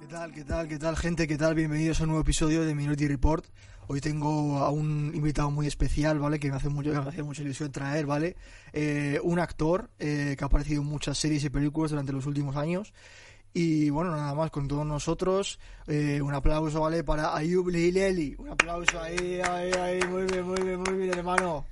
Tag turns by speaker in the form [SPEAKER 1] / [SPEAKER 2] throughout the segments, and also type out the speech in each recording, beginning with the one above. [SPEAKER 1] ¿Qué tal, qué tal, qué tal, gente? ¿Qué tal? Bienvenidos a un nuevo episodio de Minority Report. Hoy tengo a un invitado muy especial, ¿vale? Que me hace mucho, que me hace mucha ilusión traer, ¿vale? Eh, un actor eh, que ha aparecido en muchas series y películas durante los últimos años. Y bueno, nada más con todos nosotros. eh, un aplauso, ¿vale? Para Ayub Leileli. Un aplauso ahí, ahí, ahí. Muy bien, muy bien, muy bien, hermano.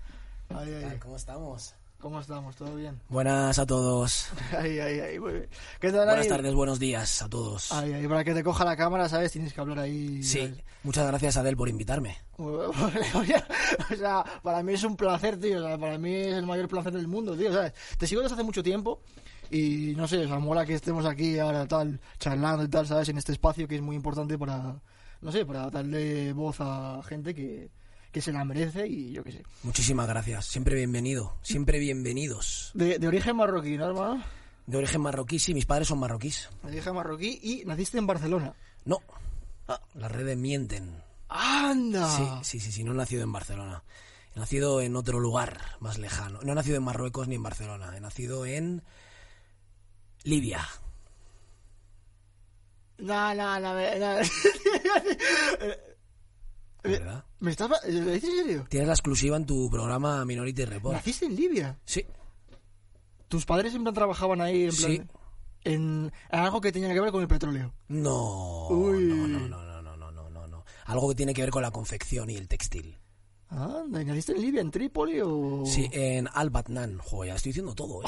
[SPEAKER 1] Ahí, ahí.
[SPEAKER 2] ¿Cómo estamos?
[SPEAKER 1] ¿Cómo estamos? ¿Todo bien?
[SPEAKER 2] Buenas a todos.
[SPEAKER 1] Ahí, ahí, ahí. Muy bien. ¿Qué tal,
[SPEAKER 2] Buenas
[SPEAKER 1] Ayub?
[SPEAKER 2] tardes, buenos días a todos.
[SPEAKER 1] Ahí, ahí. Para que te coja la cámara, ¿sabes? Tienes que hablar ahí.
[SPEAKER 2] Sí, muchas gracias Adel por invitarme.
[SPEAKER 1] O sea, o sea, para mí es un placer, tío. o sea, para mí es el mayor placer del mundo, tío. ¿sabes? Te sigo desde hace mucho tiempo y no sé, o sea, mola que estemos aquí ahora tal, charlando y tal, ¿sabes? En este espacio que es muy importante para, no sé, para darle voz a gente que, que se la merece y yo qué sé.
[SPEAKER 2] Muchísimas gracias, siempre bienvenido, siempre bienvenidos.
[SPEAKER 1] De, de origen marroquí, ¿no, hermano?
[SPEAKER 2] De origen marroquí, sí, mis padres son marroquíes.
[SPEAKER 1] De origen marroquí y naciste en Barcelona.
[SPEAKER 2] No, las redes mienten.
[SPEAKER 1] ¡Anda!
[SPEAKER 2] Sí, sí, sí, sí, no he nacido en Barcelona. He nacido en otro lugar más lejano. No he nacido en Marruecos ni en Barcelona, he nacido en Libia.
[SPEAKER 1] No, no, no, me- no.
[SPEAKER 2] ¿Verdad?
[SPEAKER 1] ¿Me estás... ¿Lo dices en serio?
[SPEAKER 2] Tienes la exclusiva en tu programa Minority Report.
[SPEAKER 1] ¿Naciste en Libia?
[SPEAKER 2] Sí,
[SPEAKER 1] ¿Tus padres siempre trabajaban ahí en plan-
[SPEAKER 2] Sí.
[SPEAKER 1] en en algo que tenía que ver con el petróleo?
[SPEAKER 2] No,
[SPEAKER 1] Uy.
[SPEAKER 2] no, no, no, no, no, no, no, no, no. Algo que tiene que ver con la confección y el textil.
[SPEAKER 1] Ah, ¿naciste en Libia, en Trípoli o...?
[SPEAKER 2] Sí, en Al Batnan. Joder, ya estoy diciendo todo, ¿eh?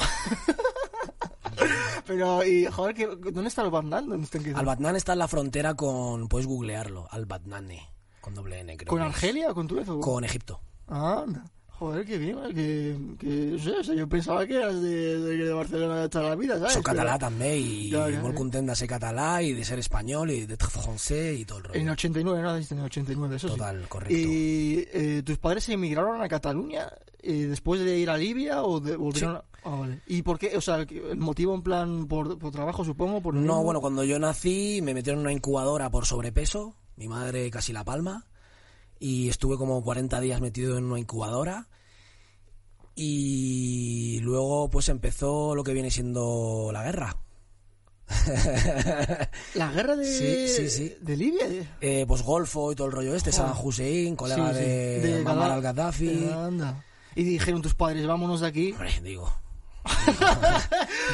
[SPEAKER 1] Pero, y, joder, ¿qué- ¿dónde está el Bandán? ¿Dónde está en qué-
[SPEAKER 2] Al Batnan está en la frontera con... Puedes googlearlo. Al Batnane. Con doble N, creo.
[SPEAKER 1] ¿Con
[SPEAKER 2] que es.
[SPEAKER 1] Argelia o con Túnez? o-
[SPEAKER 2] Con Egipto.
[SPEAKER 1] Ah, anda. Joder, qué bien, ¿eh? que, que, no sé, o sea, yo pensaba que eras de, de, de Barcelona de toda la vida, ¿sabes?
[SPEAKER 2] Soy catalá
[SPEAKER 1] Pero
[SPEAKER 2] també i
[SPEAKER 1] Ja, ja,
[SPEAKER 2] molt
[SPEAKER 1] ja.
[SPEAKER 2] content de ser català i de ser espanyol i de ser francès i tot el
[SPEAKER 1] En
[SPEAKER 2] rotllo.
[SPEAKER 1] 89, ¿no? Naciste en 89, eso sí.
[SPEAKER 2] Total, correcto.
[SPEAKER 1] ¿Y eh, tus padres se emigraron a Cataluña eh, después de ir a Libia o de, volvieron a- Ah, vale. ¿Y por qué? O sea, el motivo en plan por, por trabajo, supongo, por lo
[SPEAKER 2] No,
[SPEAKER 1] mismo.
[SPEAKER 2] bueno, cuando yo nací me metieron en una incubadora por sobrepeso, mi madre casi la palma, y estuve como 40 días metido en una incubadora. Y luego pues empezó lo que viene siendo la guerra.
[SPEAKER 1] La guerra de,
[SPEAKER 2] Sí, sí, sí.
[SPEAKER 1] de Libia. de-
[SPEAKER 2] Eh, pues Golfo y todo el rollo este, Saddam Hussein, colega
[SPEAKER 1] Sí, sí.
[SPEAKER 2] de, Muammar
[SPEAKER 1] Gadda-
[SPEAKER 2] al Gaddafi.
[SPEAKER 1] Eh, anda. Y dijeron tus padres, vámonos de aquí.
[SPEAKER 2] Hombre, digo.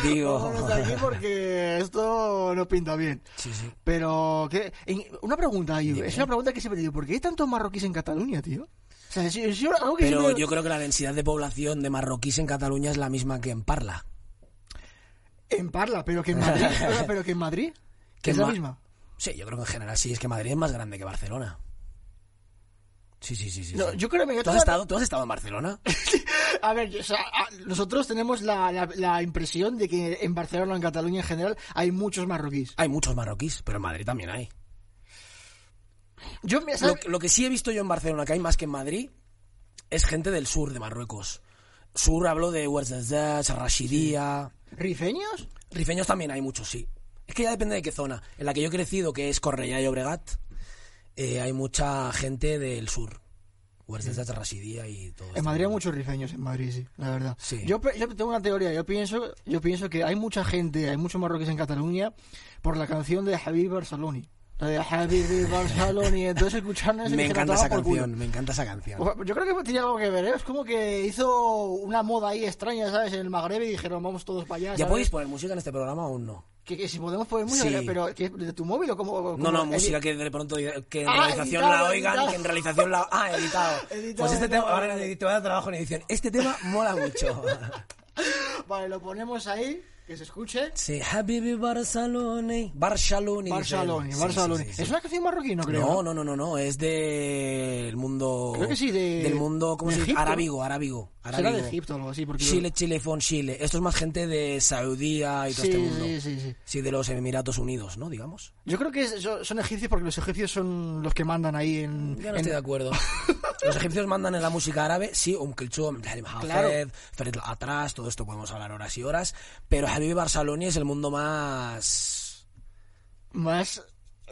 [SPEAKER 2] digo.
[SPEAKER 1] Vámonos de aquí porque esto no pinta bien.
[SPEAKER 2] sí, sí.
[SPEAKER 1] Pero, ¿qué? en- una pregunta, Ayu, es una pregunta que siempre digo, ¿por qué hay tantos marroquíes en Cataluña, tío? O sea, es, es algo que
[SPEAKER 2] Pero
[SPEAKER 1] siempre-
[SPEAKER 2] yo creo que la densidad de población de marroquíes en Cataluña es la misma que en Parla.
[SPEAKER 1] En Parla, pero que en Madrid, o sea, pero que en Madrid,
[SPEAKER 2] Que
[SPEAKER 1] que es
[SPEAKER 2] en
[SPEAKER 1] la
[SPEAKER 2] Ma-
[SPEAKER 1] misma.
[SPEAKER 2] Sí, yo creo que en general sí, es que Madrid es más grande que Barcelona. Sí, sí, sí, sí.
[SPEAKER 1] No,
[SPEAKER 2] sí.
[SPEAKER 1] yo creo que...
[SPEAKER 2] ¿Tú, has estado, ¿Tú has estado en Barcelona?
[SPEAKER 1] A ver, o sea, a- nosotros tenemos la, la- la impresión de que en Barcelona, en Cataluña en general, hay muchos marroquíes.
[SPEAKER 2] Hay muchos marroquíes, pero en Madrid también hay.
[SPEAKER 1] Yo, me
[SPEAKER 2] Lo, lo que sí he visto yo en Barcelona, que hay más que en Madrid, es gente del sur de Marruecos. Sur hablo de Ouarzazate, Rashidía.
[SPEAKER 1] ¿Rifeños?
[SPEAKER 2] Rifeños también hay muchos, sí. Es que ya depende de qué zona. En la que yo he crecido, que es Cornellá y Obregat, eh, hay mucha gente del sur. Ouarzazate, Rashidía y todo
[SPEAKER 1] Mm. En
[SPEAKER 2] esto.
[SPEAKER 1] Madrid hay muchos rifeños, en Madrid sí, la verdad.
[SPEAKER 2] Sí.
[SPEAKER 1] Yo, pe- yo tengo una teoría, yo pienso, yo pienso que hay mucha gente, hay muchos marroquíes en Cataluña por la canción de Javier Barceloni. La de Javier Barceloni, entonces escucharon eso y
[SPEAKER 2] Me
[SPEAKER 1] dijeron,
[SPEAKER 2] encanta
[SPEAKER 1] "Toma
[SPEAKER 2] esa
[SPEAKER 1] por culo".
[SPEAKER 2] canción, me encanta esa canción.
[SPEAKER 1] O- Yo creo que tiene algo que ver, ¿eh? es como que hizo una moda ahí extraña, ¿sabes? En el Magreb y dijeron, vamos todos para allá.
[SPEAKER 2] ¿Ya
[SPEAKER 1] ¿sabes?
[SPEAKER 2] podéis poner música en este programa o no?
[SPEAKER 1] Que, que si podemos poner música,
[SPEAKER 2] Sí.
[SPEAKER 1] pero que de tu móvil o como...
[SPEAKER 2] No, no, música que de pronto que en
[SPEAKER 1] Ah,
[SPEAKER 2] realización
[SPEAKER 1] editado,
[SPEAKER 2] la oigan,
[SPEAKER 1] editado.
[SPEAKER 2] que en realización la... Ah, editado.
[SPEAKER 1] Editado,
[SPEAKER 2] Pues este tema,
[SPEAKER 1] editado.
[SPEAKER 2] ahora te voy a dar trabajo en edición. Este tema mola mucho.
[SPEAKER 1] Vale, lo ponemos ahí Que se escuche.
[SPEAKER 2] Sí, Habibi Barcelona. Barcelona.
[SPEAKER 1] Barcelona, Barcelona. Es una canción marroquí, no creo.
[SPEAKER 2] No, no, no, no, no, es del mundo.
[SPEAKER 1] Creo que sí, de-
[SPEAKER 2] Del mundo, ¿cómo
[SPEAKER 1] de
[SPEAKER 2] se dice?
[SPEAKER 1] Egipto.
[SPEAKER 2] Arábigo, arábigo.
[SPEAKER 1] Será
[SPEAKER 2] arábigo.
[SPEAKER 1] de Egipto o algo así. Porque
[SPEAKER 2] Chile, Chile, Fon, Chile. Esto es más gente de Saudía y todo
[SPEAKER 1] Sí,
[SPEAKER 2] este mundo.
[SPEAKER 1] sí, sí, sí.
[SPEAKER 2] Sí, de los Emiratos Unidos, ¿no? Digamos.
[SPEAKER 1] Yo creo que es- son son egipcios porque los egipcios son los que mandan ahí en.
[SPEAKER 2] Yo no
[SPEAKER 1] en-
[SPEAKER 2] estoy de acuerdo. Los egipcios mandan en la música árabe, sí, Um Kulthum, Ibrahim
[SPEAKER 1] Claro.
[SPEAKER 2] Hafez, Ferit Atrás, todo esto podemos hablar horas y horas, pero Habibi Barcelona es el mundo más...
[SPEAKER 1] Más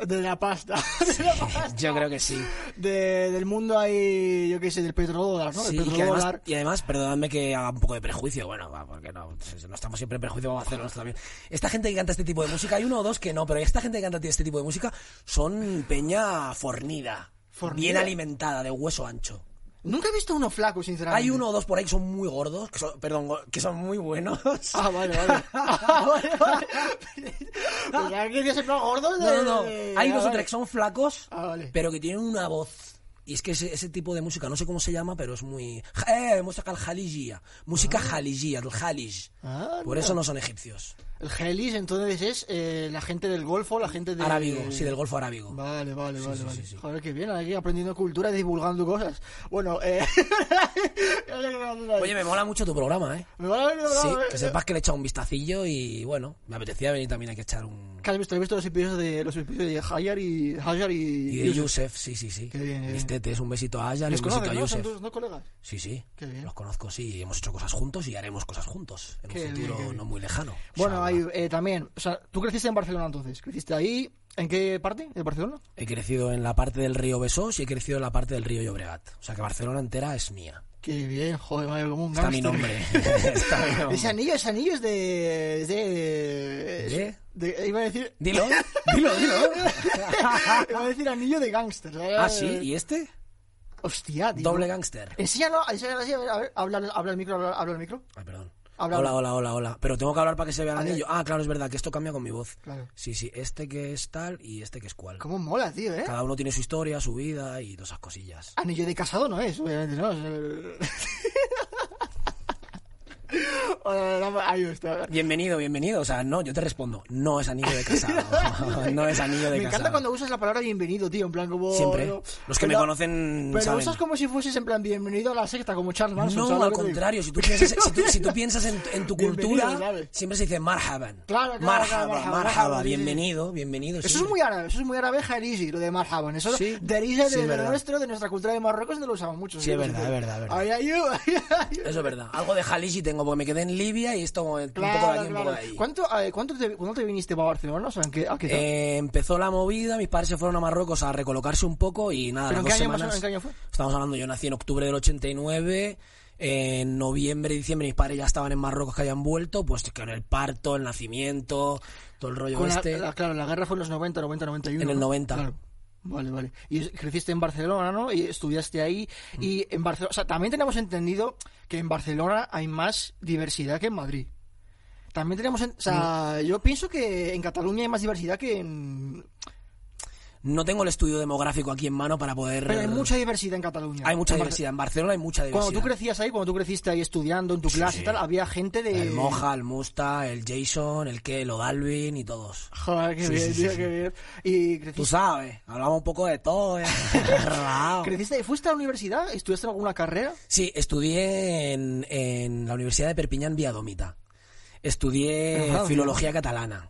[SPEAKER 1] de la pasta. De la pasta.
[SPEAKER 2] Yo creo que sí.
[SPEAKER 1] De- del mundo ahí, yo qué sé, del petrodólar, ¿no?
[SPEAKER 2] Sí,
[SPEAKER 1] del
[SPEAKER 2] y, que además,
[SPEAKER 1] petrodólar.
[SPEAKER 2] y además, perdonadme que haga un poco de prejuicio, bueno, va, porque no, pues, no estamos siempre en prejuicio, vamos a hacerlo nosotros también. Esta gente que canta este tipo de música, hay uno o dos que no, pero esta gente que canta este tipo de música son peña fornida,
[SPEAKER 1] Fornida.
[SPEAKER 2] bien alimentada, de hueso ancho.
[SPEAKER 1] Nunca he visto uno flaco, sinceramente.
[SPEAKER 2] Hay uno o dos por ahí que son muy gordos, que son, perdón, go- que son muy buenos.
[SPEAKER 1] Ah, vale, vale. Ah, vale, vale. Pues ya que se pone gordo.
[SPEAKER 2] No, no, no.
[SPEAKER 1] eh,
[SPEAKER 2] Hay
[SPEAKER 1] ah,
[SPEAKER 2] dos o
[SPEAKER 1] vale.
[SPEAKER 2] tres que son flacos,
[SPEAKER 1] Ah, vale.
[SPEAKER 2] pero que tienen una voz. Y es que ese, ese tipo de música, no sé cómo se llama, pero es muy... Eh, música jalijía. Música jalijía, el jalij.
[SPEAKER 1] Ah,
[SPEAKER 2] Por
[SPEAKER 1] no.
[SPEAKER 2] eso no son egipcios.
[SPEAKER 1] El Helis, entonces, es eh, la gente del Golfo, la gente de...
[SPEAKER 2] Arábigo, sí, del Golfo Arábigo.
[SPEAKER 1] Vale, vale, vale, vale.
[SPEAKER 2] sí, sí.
[SPEAKER 1] Joder, qué bien, aquí aprendiendo cultura y divulgando cosas. Bueno, eh...
[SPEAKER 2] Oye, me mola mucho tu programa, ¿eh?
[SPEAKER 1] me van a ver... me van a
[SPEAKER 2] Sí,
[SPEAKER 1] ver.
[SPEAKER 2] que sepas que le he echado un vistacillo y bueno, me apetecía venir también aquí a echar un...
[SPEAKER 1] Que has visto, he visto los episodios de los episodios de Hayar y Hayar y,
[SPEAKER 2] Y de Yusef, sí, sí, sí.
[SPEAKER 1] Qué bien, qué bien.
[SPEAKER 2] Mis tetes, un besito a Aya, un
[SPEAKER 1] ¿Les
[SPEAKER 2] besito
[SPEAKER 1] conoces,
[SPEAKER 2] a
[SPEAKER 1] no? Son
[SPEAKER 2] Yusef.
[SPEAKER 1] tus dos colegas.
[SPEAKER 2] Sí, sí.
[SPEAKER 1] Qué bien.
[SPEAKER 2] Los conozco, sí. y Hemos hecho cosas juntos y haremos cosas juntos en
[SPEAKER 1] Qué
[SPEAKER 2] un
[SPEAKER 1] bien,
[SPEAKER 2] futuro
[SPEAKER 1] qué bien.
[SPEAKER 2] no muy lejano.
[SPEAKER 1] Bueno,
[SPEAKER 2] Inshallah.
[SPEAKER 1] hay eh, también, o sea, tú creciste en Barcelona entonces, creciste ahí, ¿en qué parte de Barcelona?
[SPEAKER 2] He crecido en la parte del río Besós y he crecido en la parte del río Llobregat. O sea que Barcelona entera es mía.
[SPEAKER 1] Qué bien, joder, madre, como un
[SPEAKER 2] Está mi
[SPEAKER 1] gángster.
[SPEAKER 2] nombre. Está mi nombre.
[SPEAKER 1] Ese anillo, ese anillo es de... es de,
[SPEAKER 2] ¿De?
[SPEAKER 1] de- Iba a decir...
[SPEAKER 2] Dilo, dilo, dilo.
[SPEAKER 1] iba a decir anillo de gángster.
[SPEAKER 2] ah, sí, ¿y este?
[SPEAKER 1] Hostia, tío.
[SPEAKER 2] Doble gángster.
[SPEAKER 1] Enséñalo, enséñalo así, a ver, a ver, habla, habla el micro, habla, habla el micro.
[SPEAKER 2] Ay, perdón.
[SPEAKER 1] Habla-
[SPEAKER 2] Hola, hola, hola, hola. Pero tengo que hablar para que se vea el
[SPEAKER 1] Vale.
[SPEAKER 2] anillo. Ah, claro, es verdad que esto cambia con mi voz.
[SPEAKER 1] Claro.
[SPEAKER 2] Sí, sí, este que es tal y este que es cual.
[SPEAKER 1] Cómo mola, tío, ¿eh?
[SPEAKER 2] Cada uno tiene su historia, su vida y todas esas cosillas.
[SPEAKER 1] Anillo de casado no es, obviamente, ¿no? Es- Hola, hola, hola, Ahí está.
[SPEAKER 2] Bienvenido, bienvenido. O sea, no, yo te respondo. No es anillo de casado. no es anillo de
[SPEAKER 1] Me
[SPEAKER 2] casado.
[SPEAKER 1] encanta cuando usas la palabra bienvenido, tío, en plan como...
[SPEAKER 2] Siempre.
[SPEAKER 1] no.
[SPEAKER 2] Los que me conocen
[SPEAKER 1] Pero
[SPEAKER 2] saben.
[SPEAKER 1] usas como si fueses en plan bienvenido a la secta, como Charles Manson.
[SPEAKER 2] No,
[SPEAKER 1] ¿sabes lo
[SPEAKER 2] al
[SPEAKER 1] que te digo?
[SPEAKER 2] contrario. Si tú piensas, si tú- si tú piensas en, en tu
[SPEAKER 1] Bienvenido,
[SPEAKER 2] cultura,
[SPEAKER 1] ¿sabes?
[SPEAKER 2] siempre se dice marhaban.
[SPEAKER 1] Claro, claro, claro,
[SPEAKER 2] marhaba,
[SPEAKER 1] marhaban,
[SPEAKER 2] marhaba,
[SPEAKER 1] marhaban, sí, sí.
[SPEAKER 2] bienvenido, bienvenido.
[SPEAKER 1] Eso es
[SPEAKER 2] siempre.
[SPEAKER 1] muy árabe, eso es muy árabe Harisi, lo de Marhaban. Eso
[SPEAKER 2] Sí,
[SPEAKER 1] de Harisi, de,
[SPEAKER 2] sí,
[SPEAKER 1] de
[SPEAKER 2] verdad.
[SPEAKER 1] nuestro, de nuestra cultura de Marruecos, no lo usamos mucho.
[SPEAKER 2] Sí, es verdad, es verdad, es verdad.
[SPEAKER 1] Ay, ay, ay, ay.
[SPEAKER 2] Eso es verdad. Algo de Jalisci tengo, porque me quedé en Libia y esto un poco de
[SPEAKER 1] Claro,
[SPEAKER 2] aquí, un
[SPEAKER 1] claro.
[SPEAKER 2] poco de ahí.
[SPEAKER 1] ¿Cuánto, eh, cuánto te, ¿Cuándo te viniste para Barcelona? O sea, ¿en qué, a qué edad?
[SPEAKER 2] Eh, empezó la movida, mis padres se fueron a Marruecos a recolocarse un poco y nada,
[SPEAKER 1] ¿Pero
[SPEAKER 2] las
[SPEAKER 1] en qué
[SPEAKER 2] dos
[SPEAKER 1] año más o menos,
[SPEAKER 2] semanas.
[SPEAKER 1] en qué año fue?
[SPEAKER 2] Estamos hablando, yo nací en octubre del 89, en noviembre y diciembre mis padres ya estaban en Marruecos que habían vuelto, pues con el parto, el nacimiento, todo el rollo
[SPEAKER 1] Con la-
[SPEAKER 2] este.
[SPEAKER 1] la- claro, la guerra fue en los 90, 90, 91.
[SPEAKER 2] En el
[SPEAKER 1] ¿no?
[SPEAKER 2] 90.
[SPEAKER 1] Claro. Vale, vale. Y es- creciste en Barcelona, ¿no? Y estudiaste ahí. Y
[SPEAKER 2] Mm.
[SPEAKER 1] en Barcelona. O sea, también tenemos entendido que en Barcelona hay más diversidad que en Madrid. También tenemos. en- o sea,
[SPEAKER 2] Mm.
[SPEAKER 1] yo pienso que en Cataluña hay más diversidad que en.
[SPEAKER 2] No tengo el estudio demográfico aquí en mano para poder...
[SPEAKER 1] Pero hay mucha diversidad en Cataluña.
[SPEAKER 2] Hay mucha
[SPEAKER 1] En Barce-
[SPEAKER 2] diversidad. En Barcelona hay mucha diversidad.
[SPEAKER 1] Cuando tú crecías ahí, cuando tú creciste ahí estudiando en tu clase y
[SPEAKER 2] sí.
[SPEAKER 1] tal, había gente de.
[SPEAKER 2] El Moja, el Musta, el Jason, el que, el Odalvin y todos.
[SPEAKER 1] Joder, qué
[SPEAKER 2] Sí,
[SPEAKER 1] bien,
[SPEAKER 2] sí, sí,
[SPEAKER 1] tío,
[SPEAKER 2] sí.
[SPEAKER 1] qué bien. Y
[SPEAKER 2] Tú
[SPEAKER 1] creciste.
[SPEAKER 2] sabes, hablamos un poco de todo. ¿eh? Relajado.
[SPEAKER 1] creciste- ¿Fuiste a la universidad? ¿Estudiaste en alguna carrera?
[SPEAKER 2] Sí, estudié en, en la Universidad de Perpiñán vía Domita. Estudié
[SPEAKER 1] Ajá,
[SPEAKER 2] filología catalana,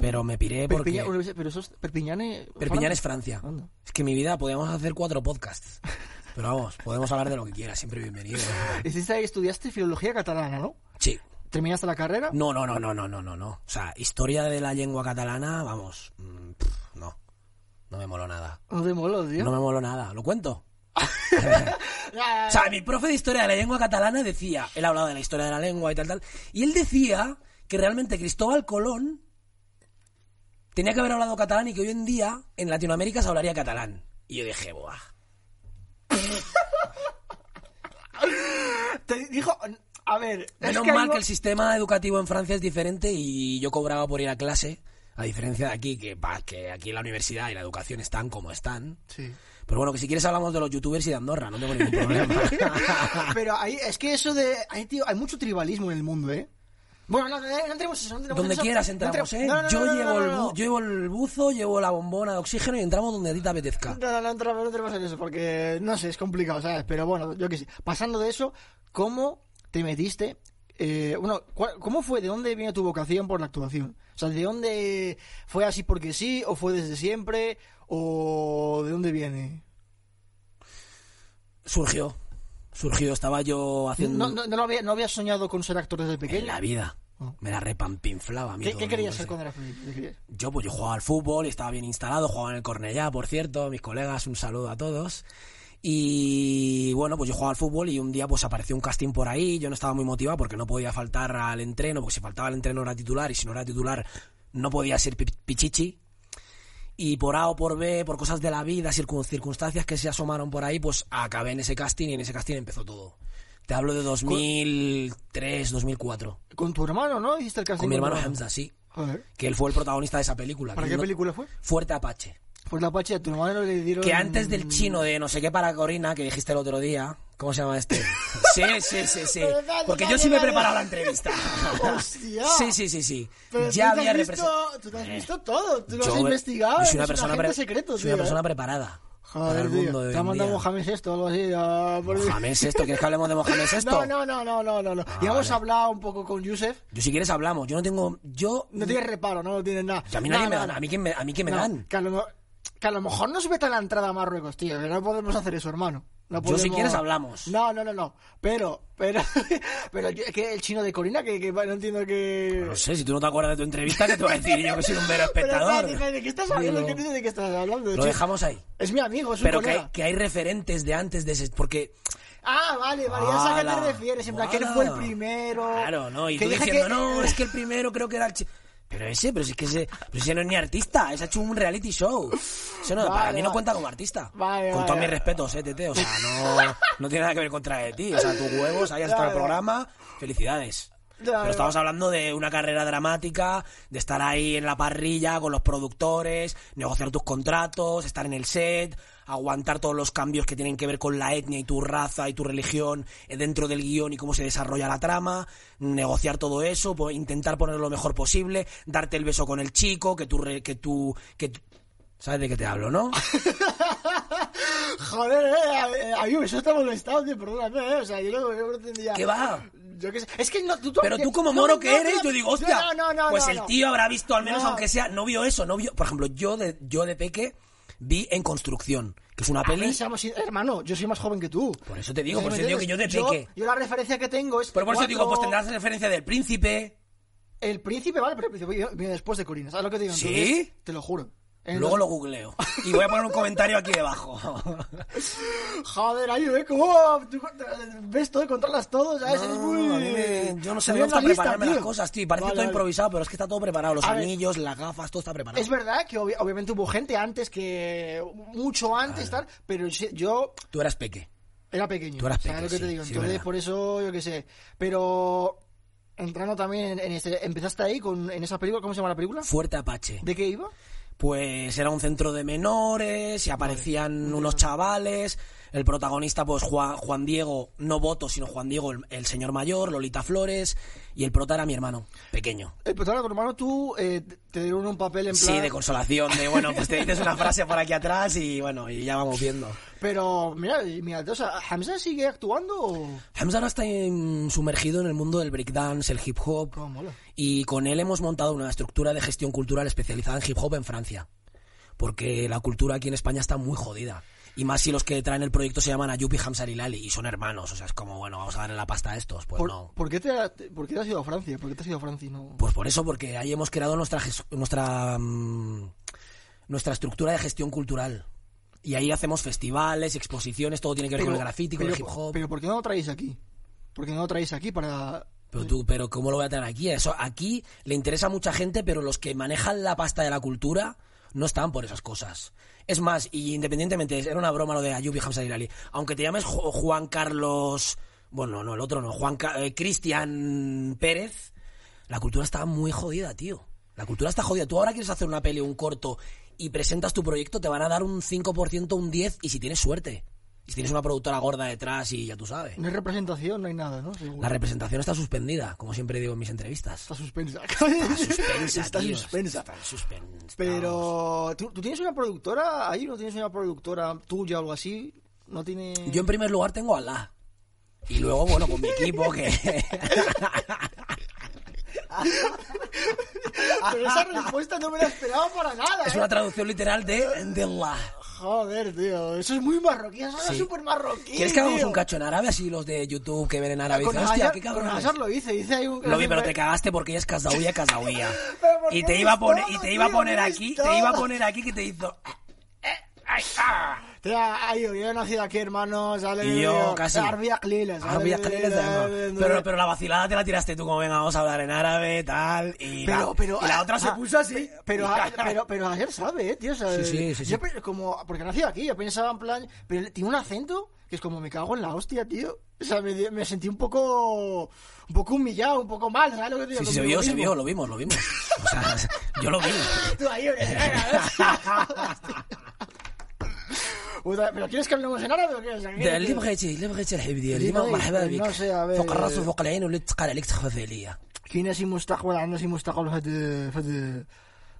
[SPEAKER 2] pero me piré porque
[SPEAKER 1] Perpiña- universidad- pero eso es Perpiñán, eh,
[SPEAKER 2] Perpiñán es
[SPEAKER 1] Francia.
[SPEAKER 2] Francia.
[SPEAKER 1] Anda.
[SPEAKER 2] Es que en mi vida podíamos hacer cuatro podcasts. Pero vamos, podemos hablar de lo que quieras, siempre bienvenido.
[SPEAKER 1] Hiciste ahí- estudiaste filología catalana, ¿no?
[SPEAKER 2] Sí.
[SPEAKER 1] ¿Terminaste la carrera?
[SPEAKER 2] No, no, no, no, no, no, no, no. O sea, historia de la lengua catalana, vamos, mm, pff, no. No me moló nada.
[SPEAKER 1] No te moló, tío.
[SPEAKER 2] No me moló nada. ¿Lo cuento?
[SPEAKER 1] Ah,
[SPEAKER 2] O sea, mi profe de historia de la lengua catalana decía, él hablaba de la historia de la lengua y tal, tal, y él decía que realmente Cristóbal Colón tenía que haber hablado catalán y que hoy en día en Latinoamérica se hablaría catalán. Y yo dije, buah.
[SPEAKER 1] Te dijo... A ver... es
[SPEAKER 2] Menos
[SPEAKER 1] que
[SPEAKER 2] mal
[SPEAKER 1] algo-
[SPEAKER 2] que el sistema educativo en Francia es diferente y yo cobraba por ir a clase, a diferencia de aquí, que, pa, que aquí la universidad y la educación están como están.
[SPEAKER 1] Sí.
[SPEAKER 2] Pero bueno, que si quieres hablamos de los youtubers y de Andorra, no tengo ningún problema.
[SPEAKER 1] Pero ahí, es que eso de... ahí, tío, hay mucho tribalismo en el mundo, ¿eh? Bueno, no, no, no entremos en eso. No entremos en
[SPEAKER 2] Donde
[SPEAKER 1] eso.
[SPEAKER 2] quieras
[SPEAKER 1] No
[SPEAKER 2] entramos,
[SPEAKER 1] entremos-
[SPEAKER 2] ¿eh?
[SPEAKER 1] no, no, no,
[SPEAKER 2] yo,
[SPEAKER 1] no, no,
[SPEAKER 2] llevo
[SPEAKER 1] no,
[SPEAKER 2] el
[SPEAKER 1] no,
[SPEAKER 2] bu- yo llevo el buzo, llevo la bombona de oxígeno y entramos donde a ti te apetezca.
[SPEAKER 1] No, no, no entramos, no entremos en eso porque no sé, es complicado, ¿sabes? Pero bueno, yo qué sé. Pasando de eso, ¿cómo te metiste? Eh, bueno, ¿cuál- ¿cómo fue? ¿De dónde vino tu vocación por la actuación? O sea, ¿de dónde fue así porque sí? ¿O fue desde siempre? ¿O de dónde viene?
[SPEAKER 2] Surgió. Surgió, estaba yo haciendo.
[SPEAKER 1] ¿No, no, no, lo había- ¿No habías soñado con ser actor desde
[SPEAKER 2] En
[SPEAKER 1] pequeño?
[SPEAKER 2] la vida.
[SPEAKER 1] Oh.
[SPEAKER 2] Me la repampinflaba a mí.
[SPEAKER 1] ¿Qué,
[SPEAKER 2] todo
[SPEAKER 1] qué
[SPEAKER 2] el
[SPEAKER 1] querías
[SPEAKER 2] mundo
[SPEAKER 1] ser
[SPEAKER 2] ese.
[SPEAKER 1] cuando eras pequeño? ¿Qué querías?
[SPEAKER 2] Yo, pues, yo jugaba al fútbol y estaba bien instalado, jugaba en el Cornellá, por cierto, mis colegas, un saludo a todos. Y bueno, pues yo jugaba al fútbol y un día pues apareció un casting por ahí, yo no estaba muy motivado porque no podía faltar al entreno, porque si faltaba al entreno era titular y si no era titular no podía ser pi- pichichi. Y por A o por B, por cosas de la vida, circun- circunstancias que se asomaron por ahí, pues acabé en ese casting y en ese casting empezó todo. Te hablo de 2003, 2004.
[SPEAKER 1] Con tu hermano, ¿no? Hiciste el casting.
[SPEAKER 2] Con mi hermano
[SPEAKER 1] tu
[SPEAKER 2] Hamza, sí.
[SPEAKER 1] Joder.
[SPEAKER 2] Que él fue el protagonista de esa película.
[SPEAKER 1] ¿Para
[SPEAKER 2] que
[SPEAKER 1] qué
[SPEAKER 2] no-
[SPEAKER 1] película fue?
[SPEAKER 2] Fuerte Apache.
[SPEAKER 1] Pues la Apache, a tu hermano le dieron...
[SPEAKER 2] Que antes del chino de no sé qué para Corina, que dijiste el otro día, ¿cómo se llama este? Sí, sí, sí, sí. Porque yo sí me he preparado la entrevista.
[SPEAKER 1] Hostia.
[SPEAKER 2] Sí, sí, sí, sí.
[SPEAKER 1] Pero
[SPEAKER 2] Ya
[SPEAKER 1] tú te
[SPEAKER 2] había
[SPEAKER 1] has
[SPEAKER 2] representado.
[SPEAKER 1] visto, tú te has visto todo, tú lo
[SPEAKER 2] Yo
[SPEAKER 1] has
[SPEAKER 2] me-
[SPEAKER 1] investigado.
[SPEAKER 2] yo
[SPEAKER 1] eres
[SPEAKER 2] soy una persona,
[SPEAKER 1] agente
[SPEAKER 2] pre-
[SPEAKER 1] secreto,
[SPEAKER 2] soy
[SPEAKER 1] tío,
[SPEAKER 2] una persona
[SPEAKER 1] ¿eh?
[SPEAKER 2] preparada. para
[SPEAKER 1] Joder,
[SPEAKER 2] el
[SPEAKER 1] tío,
[SPEAKER 2] mundo de
[SPEAKER 1] te ha
[SPEAKER 2] hoy en
[SPEAKER 1] mandado
[SPEAKER 2] día.
[SPEAKER 1] Mohamed esto o algo así. ah, por-
[SPEAKER 2] Mohamed Sexto, ¿quieres que hablemos de Mohamed Sexto?
[SPEAKER 1] No, no, no, no, no, no. no.
[SPEAKER 2] Ah,
[SPEAKER 1] ya hemos
[SPEAKER 2] vale.
[SPEAKER 1] hablado un poco con Yusef.
[SPEAKER 2] Yo si quieres hablamos. Yo no tengo. Yo.
[SPEAKER 1] No tienes reparo, no, no tienes nada.
[SPEAKER 2] que a mí
[SPEAKER 1] No,
[SPEAKER 2] nadie me
[SPEAKER 1] no,
[SPEAKER 2] dan.
[SPEAKER 1] no.
[SPEAKER 2] A mí que me, a mí que me
[SPEAKER 1] No,
[SPEAKER 2] dan.
[SPEAKER 1] Que a, lo, mo- que a lo mejor nos vete a la entrada a Marruecos, tío. Que no podemos hacer eso, hermano. No
[SPEAKER 2] Yo, si
[SPEAKER 1] podemos-
[SPEAKER 2] quieres, hablamos.
[SPEAKER 1] No, no, no, no. Pero, pero, pero yo- que el chino de Corina, que, que no entiendo que.
[SPEAKER 2] No sé, si tú no te acuerdas de tu entrevista, ¿qué te voy a decir yo que soy un mero
[SPEAKER 1] Pero,
[SPEAKER 2] espectador?
[SPEAKER 1] espérate, espérate, ¿De qué estás hablando?
[SPEAKER 2] Digo,
[SPEAKER 1] ¿Qué dices de qué estás hablando?
[SPEAKER 2] Lo
[SPEAKER 1] Sí,
[SPEAKER 2] dejamos ahí.
[SPEAKER 1] Es mi amigo, es un
[SPEAKER 2] Pero que
[SPEAKER 1] colega.
[SPEAKER 2] hay, que hay referentes de antes de ese. Porque
[SPEAKER 1] Ah, vale, vale, ya sé a qué te
[SPEAKER 2] ¡Hala!
[SPEAKER 1] refieres. En plan, que él
[SPEAKER 2] ¡Hala!
[SPEAKER 1] fue el primero.
[SPEAKER 2] Claro, ¿no? Y
[SPEAKER 1] que
[SPEAKER 2] tú
[SPEAKER 1] dije
[SPEAKER 2] diciendo,
[SPEAKER 1] que-
[SPEAKER 2] no, es que el primero creo que era el chi-". Pero ese, pero si es que ese, pero ese no es ni artista, ese ha hecho un reality show. Eso no,
[SPEAKER 1] Vale,
[SPEAKER 2] para mí
[SPEAKER 1] vale.
[SPEAKER 2] no cuenta como artista.
[SPEAKER 1] Vale,
[SPEAKER 2] Con
[SPEAKER 1] vale,
[SPEAKER 2] todos mis
[SPEAKER 1] vale.
[SPEAKER 2] respetos, eh, Tete. O sea, no, no tiene nada que ver contra de ti. O sea, tus huevos, ahí está
[SPEAKER 1] Vale.
[SPEAKER 2] el programa. Felicidades.
[SPEAKER 1] Vale,
[SPEAKER 2] Pero estamos hablando de una carrera dramática, de estar ahí en la parrilla con los productores, negociar tus contratos, estar en el set, aguantar todos los cambios que tienen que ver con la etnia y tu raza y tu religión eh, dentro del guión y cómo se desarrolla la trama, negociar todo eso, po- intentar poner lo mejor posible, darte el beso con el chico, que tú... re- que tú, que tú- ¿Sabes de qué te hablo, no?
[SPEAKER 1] Joder, eh, a, a mí eso está molestado, tío, perdóname, eh. O sea, yo no, yo no entendía.
[SPEAKER 2] ¿Qué va?
[SPEAKER 1] Yo qué sé. Es que no, tú,
[SPEAKER 2] Pero tú como
[SPEAKER 1] no,
[SPEAKER 2] moro
[SPEAKER 1] no,
[SPEAKER 2] que
[SPEAKER 1] no,
[SPEAKER 2] eres,
[SPEAKER 1] no,
[SPEAKER 2] yo digo, hostia,
[SPEAKER 1] No, no, no.
[SPEAKER 2] pues
[SPEAKER 1] no,
[SPEAKER 2] el
[SPEAKER 1] no.
[SPEAKER 2] tío habrá visto, al menos
[SPEAKER 1] No.
[SPEAKER 2] aunque sea, no vio eso, no vio... Por ejemplo, yo de, yo de peque vi En Construcción, que es una
[SPEAKER 1] A ver,
[SPEAKER 2] peli...
[SPEAKER 1] seamos sin- hermano, yo soy más joven que tú.
[SPEAKER 2] Por eso te digo,
[SPEAKER 1] ¿Sí
[SPEAKER 2] por
[SPEAKER 1] me
[SPEAKER 2] eso te digo que yo de
[SPEAKER 1] entiendes?
[SPEAKER 2] peque...
[SPEAKER 1] Yo, yo la referencia que tengo es.
[SPEAKER 2] Pero por eso digo,
[SPEAKER 1] cuatro-
[SPEAKER 2] pues tendrás referencia del príncipe...
[SPEAKER 1] El príncipe, vale, pero el príncipe viene- viene después de Corina. ¿Sabes lo que te digo?
[SPEAKER 2] ¿Sí?
[SPEAKER 1] Entonces, Te lo juro. En
[SPEAKER 2] Luego lo googleo. Y voy a poner un comentario aquí debajo.
[SPEAKER 1] Joder, ahí, ¿eh? ¿Cómo? Tú ves todo y controlas todo, ¿sabes? Eres Pues muy...
[SPEAKER 2] a mí me- yo no sé,
[SPEAKER 1] muy
[SPEAKER 2] me gusta
[SPEAKER 1] analista,
[SPEAKER 2] prepararme las
[SPEAKER 1] tío.
[SPEAKER 2] cosas, tío. y Parece
[SPEAKER 1] Vale,
[SPEAKER 2] todo
[SPEAKER 1] vale.
[SPEAKER 2] improvisado, pero es que está todo preparado. Los
[SPEAKER 1] A ver.
[SPEAKER 2] anillos, las gafas, todo está preparado.
[SPEAKER 1] Es verdad que obvi- obviamente hubo gente antes que... Mucho antes, tal, pero sí- yo
[SPEAKER 2] Tú eras peque.
[SPEAKER 1] era pequeño.
[SPEAKER 2] Tú eras
[SPEAKER 1] ¿sabes
[SPEAKER 2] peque,
[SPEAKER 1] lo que te
[SPEAKER 2] sí,
[SPEAKER 1] digo?
[SPEAKER 2] sí,
[SPEAKER 1] Entonces,
[SPEAKER 2] verdad.
[SPEAKER 1] por eso, yo qué sé. Pero entrando también en, en este... Empezaste ahí con, en esa película, ¿cómo se llama la película?
[SPEAKER 2] Fuerte Apache.
[SPEAKER 1] ¿De qué iba?
[SPEAKER 2] pues era un centro de menores y aparecían unos chavales. El protagonista, pues Juan, Juan Diego, no Boto, sino Juan Diego, el, el señor mayor, Lolita Flores. Y el prota era mi hermano, pequeño.
[SPEAKER 1] Eh, pues ahora, con hermano, tú eh, te- te dieron un papel en plan...
[SPEAKER 2] Sí, de consolación, de bueno, pues te dices una frase por aquí atrás y bueno, y ya vamos viendo.
[SPEAKER 1] Pero, mira, mira, o sea, ¿Hamza sigue actuando o...?
[SPEAKER 2] Hamza ahora está em, sumergido en el mundo del breakdance, el hip hop,
[SPEAKER 1] Cómo mola.
[SPEAKER 2] y con él hemos montado una estructura de gestión cultural especializada en hip hop en Francia. Porque la cultura aquí en España está muy jodida. Y más si los que traen el proyecto se llaman Ayupi, Hamzar y Lali y son hermanos. O sea, es como, bueno, vamos a darle la pasta a estos. Pues
[SPEAKER 1] ¿Por,
[SPEAKER 2] no.
[SPEAKER 1] por qué te, ha- te- por qué te has ido a Francia? ¿Por qué te has ido a Francia y no...?
[SPEAKER 2] Pues por eso, porque ahí hemos creado nuestra, ges- nuestra, mm, nuestra estructura de gestión cultural. Y ahí hacemos festivales, exposiciones, todo tiene que ver con el graffiti, con
[SPEAKER 1] pero-
[SPEAKER 2] el hip hop.
[SPEAKER 1] Pero ¿por qué no lo traéis aquí? ¿Por qué no lo traéis aquí para...?
[SPEAKER 2] Pero tú, pero ¿cómo lo voy a tener aquí? Eso aquí le interesa a mucha gente, pero los que manejan la pasta de la cultura no están por esas cosas. Es más, y independientemente, era una broma lo de Ayubi Hamza y Lali. Aunque te llames Ju- Juan Carlos, bueno, no, el otro no, Juan Ca- eh, Cristian Pérez, la cultura está muy jodida, tío. La cultura está jodida. Tú ahora quieres hacer una peli, un corto y presentas tu proyecto, te van a dar un 5%, un 10 y si tienes suerte. Y si tienes una productora gorda detrás y ya tú sabes.
[SPEAKER 1] No hay representación, no hay nada, ¿no? Seguro.
[SPEAKER 2] La representación está suspendida, como siempre digo en mis entrevistas.
[SPEAKER 1] Está suspensa.
[SPEAKER 2] Suspensa,
[SPEAKER 1] Está
[SPEAKER 2] tío,
[SPEAKER 1] suspensa.
[SPEAKER 2] Está suspensa.
[SPEAKER 1] Pero, ¿tú, tú tienes una productora ahí? ¿No tienes una productora tuya o algo así? ¿No tiene...?
[SPEAKER 2] Yo en primer lugar tengo a Allah. Y luego, bueno, con mi equipo que...
[SPEAKER 1] Ah, Pero esa respuesta no me la esperaba para nada,
[SPEAKER 2] es
[SPEAKER 1] ¿eh?
[SPEAKER 2] una traducción literal de, de Allah.
[SPEAKER 1] Joder, tío. Eso es muy marroquí. Eso es
[SPEAKER 2] Sí.
[SPEAKER 1] súper marroquí,
[SPEAKER 2] ¿Quieres que hagamos
[SPEAKER 1] tío.
[SPEAKER 2] un cacho en árabe así los de YouTube que ven en árabe?
[SPEAKER 1] Con
[SPEAKER 2] Dicen, Hostia,
[SPEAKER 1] Hazard-
[SPEAKER 2] qué
[SPEAKER 1] con
[SPEAKER 2] cabrones.
[SPEAKER 1] Hazard lo hice. Hice ahí un...
[SPEAKER 2] Lo vi, pero te cagaste porque ella es casauía, casauía.
[SPEAKER 1] Pero ¿por
[SPEAKER 2] Y
[SPEAKER 1] qué
[SPEAKER 2] te iba a
[SPEAKER 1] eres
[SPEAKER 2] poner,
[SPEAKER 1] todo,
[SPEAKER 2] y te iba a
[SPEAKER 1] tío?
[SPEAKER 2] poner
[SPEAKER 1] Eres
[SPEAKER 2] aquí,
[SPEAKER 1] todo.
[SPEAKER 2] te iba a poner aquí que te hizo.
[SPEAKER 1] Tío, eh. ay, yo he nacido aquí, hermano. Sale
[SPEAKER 2] Y yo casi. Ah,
[SPEAKER 1] Arbia Cliles.
[SPEAKER 2] Arbia Khalil,
[SPEAKER 1] Eh,
[SPEAKER 2] además. Pero, pero la vacilada te la tiraste tú, como venga, vamos a hablar en árabe, tal. Y,
[SPEAKER 1] Pero,
[SPEAKER 2] la,
[SPEAKER 1] pero,
[SPEAKER 2] y la
[SPEAKER 1] ah,
[SPEAKER 2] otra se
[SPEAKER 1] ah,
[SPEAKER 2] puso así.
[SPEAKER 1] Pero, a- pero, pero ayer sabe, eh, tío. o sea,
[SPEAKER 2] Sí, sí, sí,
[SPEAKER 1] yo
[SPEAKER 2] sí.
[SPEAKER 1] pe- como, porque nació aquí, yo pensaba en plan. Pero tiene un acento que es como me cago en la hostia, tío. O sea, me, di- me sentí un poco. Un poco humillado, un poco mal, ¿sabes lo que te digo?
[SPEAKER 2] Sí, sí, se
[SPEAKER 1] Conmigo
[SPEAKER 2] vio, se
[SPEAKER 1] mismo.
[SPEAKER 2] vio, lo vimos, lo vimos. O sea, yo lo vi.
[SPEAKER 1] Tú ahí, hombre, venga, Puta, ¿Pero quieres que hablemos en árabe o qué? O sea, ¿qué-
[SPEAKER 2] ده
[SPEAKER 1] qué-
[SPEAKER 2] اللي بغيتيه اللي بغيتي الحبيديه
[SPEAKER 1] اللي
[SPEAKER 2] اللي ما- مرحبا
[SPEAKER 1] بغيت-
[SPEAKER 2] بك
[SPEAKER 1] الناس يا عباد.
[SPEAKER 2] فوق الراس وفوق العين واللي تقال عليك تخفف عليا
[SPEAKER 1] كاين شي مستقبل عندنا شي مستقبل في هاد في هاد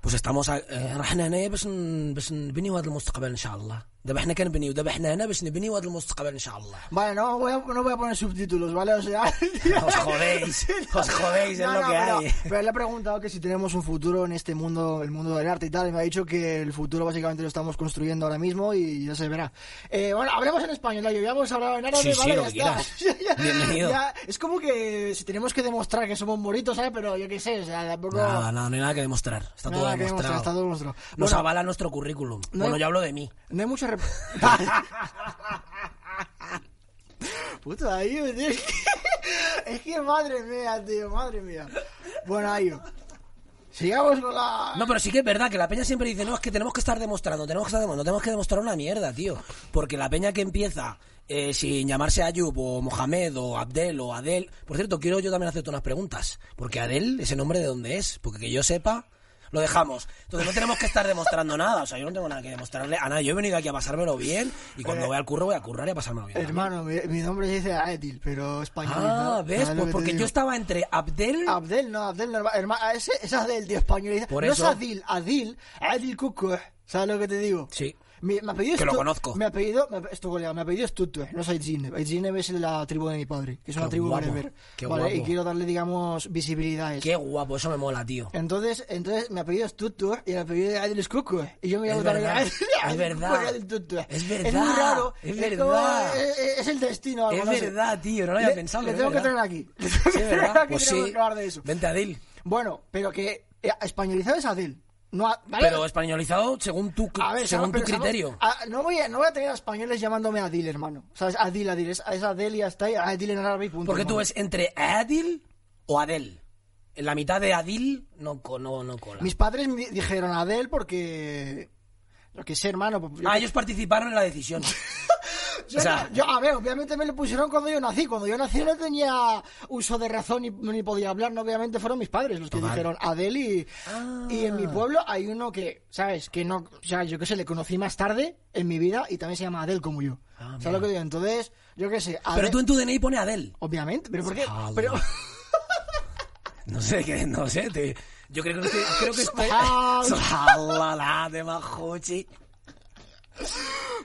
[SPEAKER 2] واش استعموش راه حنا هنايا باش ن- باش نبنيو هذا المستقبل ان شاء الله دابا حنا كنبنيو دابا حنا هنا باش نبنيو هذا المستقبل ان شاء الله
[SPEAKER 1] Vale, no voy, a, no voy a poner subtítulos, ¿vale? O sea,
[SPEAKER 2] Os jodéis, os jodéis, es
[SPEAKER 1] No,
[SPEAKER 2] lo
[SPEAKER 1] no,
[SPEAKER 2] que
[SPEAKER 1] pero,
[SPEAKER 2] hay.
[SPEAKER 1] pero le he preguntado que si tenemos un futuro en este mundo, el mundo del arte y tal, y me ha dicho que el futuro básicamente lo estamos construyendo ahora mismo y ya se verá. Eh, bueno, hablemos en español, ya ya hemos hablado en árabe,
[SPEAKER 2] Sí, sí,
[SPEAKER 1] ¿vale?
[SPEAKER 2] lo
[SPEAKER 1] ya
[SPEAKER 2] que
[SPEAKER 1] está.
[SPEAKER 2] quieras.
[SPEAKER 1] Ya- ya-
[SPEAKER 2] Bienvenido.
[SPEAKER 1] ya, es como que si tenemos que demostrar que somos moritos, ¿sabes? Pero yo qué sé, o sea, tampoco...
[SPEAKER 2] Nada, nada, no hay nada que demostrar. Está todo
[SPEAKER 1] nada que demostrar,
[SPEAKER 2] demostrado.
[SPEAKER 1] está todo nuestro.
[SPEAKER 2] Nos
[SPEAKER 1] Bueno,
[SPEAKER 2] avala nuestro currículum.
[SPEAKER 1] No
[SPEAKER 2] bueno,
[SPEAKER 1] hay-
[SPEAKER 2] yo hablo de mí.
[SPEAKER 1] No hay mucho rep... Puto Ayo, tío. Es que, es que madre mía, tío, madre mía. Bueno, Ayo. Sigamos con la.
[SPEAKER 2] No, pero sí que es verdad que la peña siempre dice, no, es que tenemos que estar demostrando, tenemos que estar demostrando, tenemos que demostrar una mierda, tío. Porque la peña que empieza eh, sin llamarse Ayub o Mohamed o Abdel o Adel... Por cierto, quiero yo también hacerte unas preguntas. Porque Adel, ese nombre de dónde es, porque que yo sepa... Lo dejamos. Entonces no tenemos que estar demostrando nada. O sea, yo no tengo nada que demostrarle a nadie. Yo he venido aquí a pasármelo bien y cuando voy al curro voy a currar y a pasármelo bien.
[SPEAKER 1] Hermano, mi, mi nombre se dice Aedil, pero español.
[SPEAKER 2] Ah, ¿ves? Pues porque yo
[SPEAKER 1] estaba...
[SPEAKER 2] estaba entre Abdel...
[SPEAKER 1] Abdel, no, Abdel no. Hermano, ese es Adel, tío, español.
[SPEAKER 2] Por
[SPEAKER 1] no
[SPEAKER 2] eso-
[SPEAKER 1] es Adil, Adil, Adil Cucu. ¿eh? ¿Sabes lo que te digo?
[SPEAKER 2] Sí.
[SPEAKER 1] Mi, mi apellido es
[SPEAKER 2] Que lo
[SPEAKER 1] Tu-
[SPEAKER 2] conozco.
[SPEAKER 1] Mi apellido, mi, ape- esto, colega, mi apellido es Tutue, no soy Zineb. Zineb es la tribu de mi padre, que es una
[SPEAKER 2] Qué
[SPEAKER 1] tribu
[SPEAKER 2] guapo,
[SPEAKER 1] bereber.
[SPEAKER 2] qué
[SPEAKER 1] vale, y
[SPEAKER 2] guapo.
[SPEAKER 1] quiero darle, digamos, visibilidad a eso.
[SPEAKER 2] Qué guapo, eso me mola, tío.
[SPEAKER 1] Entonces, entonces, mi apellido es Tutue y el apellido de Adil es Cucu. ¿eh? Y yo me llamo
[SPEAKER 2] Es
[SPEAKER 1] también
[SPEAKER 2] verdad,
[SPEAKER 1] Adil Cucu
[SPEAKER 2] es
[SPEAKER 1] y
[SPEAKER 2] verdad.
[SPEAKER 1] Adil Tutue.
[SPEAKER 2] Es
[SPEAKER 1] Es muy
[SPEAKER 2] verdad,
[SPEAKER 1] raro.
[SPEAKER 2] es
[SPEAKER 1] como-
[SPEAKER 2] verdad.
[SPEAKER 1] es, es el destino.
[SPEAKER 2] Es
[SPEAKER 1] algo, no sé.
[SPEAKER 2] verdad, tío, no lo había
[SPEAKER 1] Le-
[SPEAKER 2] pensado.
[SPEAKER 1] Le
[SPEAKER 2] pero
[SPEAKER 1] tengo
[SPEAKER 2] es
[SPEAKER 1] que
[SPEAKER 2] verdad.
[SPEAKER 1] traer aquí. Le tengo
[SPEAKER 2] Sí,
[SPEAKER 1] que
[SPEAKER 2] es
[SPEAKER 1] traer
[SPEAKER 2] verdad.
[SPEAKER 1] aquí,
[SPEAKER 2] Pues
[SPEAKER 1] tenemos
[SPEAKER 2] sí.
[SPEAKER 1] que hablar de eso.
[SPEAKER 2] Vente a Dil.
[SPEAKER 1] Bueno, pero que eh, españolizado es Adil. No, a- ¿vale?
[SPEAKER 2] Pero españolizado según tu,
[SPEAKER 1] A ver,
[SPEAKER 2] según tu
[SPEAKER 1] estamos- pero
[SPEAKER 2] criterio.
[SPEAKER 1] estamos- ah, no, voy a, no voy a tener a españoles llamándome Adil, hermano. O sea, es Adil, Adil. Es, es Adel y hasta ahí. Adil en árabe y punto.
[SPEAKER 2] Porque tú
[SPEAKER 1] hermano.
[SPEAKER 2] ves entre Adil o Adel. En la mitad de Adil no, co- no, no cola.
[SPEAKER 1] Mis padres me dijeron Adel porque... Lo que sé, hermano. pues Yo,
[SPEAKER 2] Ah, ellos participaron en la decisión.
[SPEAKER 1] yo-
[SPEAKER 2] o sea-
[SPEAKER 1] yo- a ver, obviamente me lo pusieron cuando yo nací. Cuando yo nací no tenía uso de razón ni, ni podía hablar. No, obviamente fueron mis padres los que
[SPEAKER 2] Total.
[SPEAKER 1] dijeron Adel y...
[SPEAKER 2] Ah.
[SPEAKER 1] Y en mi pueblo hay uno que, ¿sabes? Que no... O sea, yo qué sé, le conocí más tarde en mi vida y también se llama Adel como yo.
[SPEAKER 2] Ah,
[SPEAKER 1] ¿Sabes
[SPEAKER 2] mira.
[SPEAKER 1] lo que digo? Entonces, yo qué sé. Adel-
[SPEAKER 2] Pero tú en tu DNI pone Adel.
[SPEAKER 1] Obviamente, pero ¿por qué?
[SPEAKER 2] Subhanallah.
[SPEAKER 1] Pero...
[SPEAKER 2] No sé qué, no sé. te- yo creo que estoy. Creo que estoy
[SPEAKER 1] Subhan-
[SPEAKER 2] Subhanallah de Majuchi.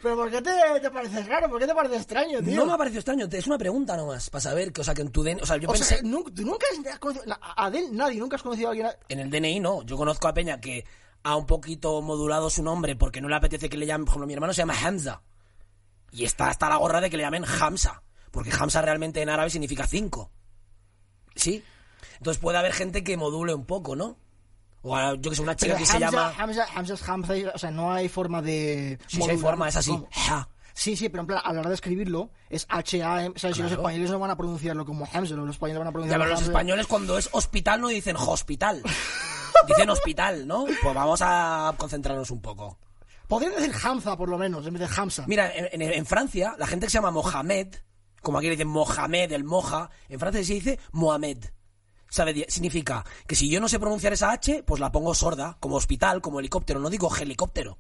[SPEAKER 1] ¿Pero por qué te, te parece raro? ¿Por qué te parece extraño, tío?
[SPEAKER 2] No me ha parecido extraño. te- Es una pregunta nomás. Para saber que, o sea, que en tu DNI. O sea, yo
[SPEAKER 1] o
[SPEAKER 2] pensé.
[SPEAKER 1] sea, nunca, tú nunca has conocido... na- A Adel, nadie, nunca has conocido a alguien... a-
[SPEAKER 2] En el DNI no. Yo conozco a Peña que ha un poquito modulado su nombre porque no le apetece que le llamen. Por ejemplo, mi hermano se llama Hamza. Y está hasta la gorra de que le llamen Hamza. Porque Hamza realmente en árabe significa cinco. ¿Sí? Entonces puede haber gente que module un poco, ¿no? O a- yo que sé, una chica
[SPEAKER 1] Pero
[SPEAKER 2] que
[SPEAKER 1] Hamza,
[SPEAKER 2] se llama.
[SPEAKER 1] Hamza, Hamza es Hamza, y- o sea, no hay forma de...
[SPEAKER 2] Si se
[SPEAKER 1] modular.
[SPEAKER 2] forma, es así.
[SPEAKER 1] ¿Cómo?
[SPEAKER 2] Ja.
[SPEAKER 1] Sí, sí, pero en plan, a la hora de escribirlo, es H-A-M... O sea, si los
[SPEAKER 2] Claro.
[SPEAKER 1] españoles no van a pronunciarlo como Hamza, los españoles van a
[SPEAKER 2] Ya,
[SPEAKER 1] pronunciarlo
[SPEAKER 2] pero los
[SPEAKER 1] Hamza.
[SPEAKER 2] españoles cuando es hospital no dicen hospital. Dicen hospital, ¿no? Pues vamos a concentrarnos un poco.
[SPEAKER 1] Podrían decir Hamza, por lo menos, en vez de Hamza.
[SPEAKER 2] Mira, en, en- en Francia, la gente que se llama Mohamed, como aquí le dicen Mohamed, el moja, en Francia se dice Mohamed. ¿Sabe? Di- Significa que si yo no sé pronunciar esa H, pues la pongo sorda, como hospital, como helicóptero, no digo helicóptero.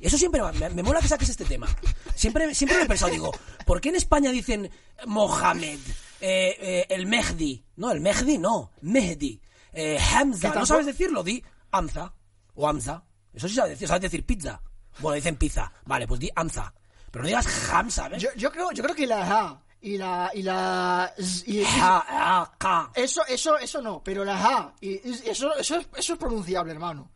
[SPEAKER 2] Eso siempre va- me, me mola que saques este tema. Siempre, siempre lo he pensado, digo, ¿por qué en España dicen Mohamed, eh, eh, el Mehdi? No, el Mehdi no, Mehdi. Eh, Hamza,
[SPEAKER 3] tampoco-
[SPEAKER 2] ¿no sabes decirlo? Di Hamza o Hamza. Eso sí sabes decir, sabes decir pizza. Bueno, dicen pizza. Vale, pues di Hamza. Pero no digas Hamza, ¿ves?
[SPEAKER 1] Yo, yo creo, yo creo que la ja y la y la z- y-
[SPEAKER 2] Ja, ja, ja.
[SPEAKER 1] eso, eso, eso no, pero la ja y y eso, eso, es- eso es pronunciable, hermano.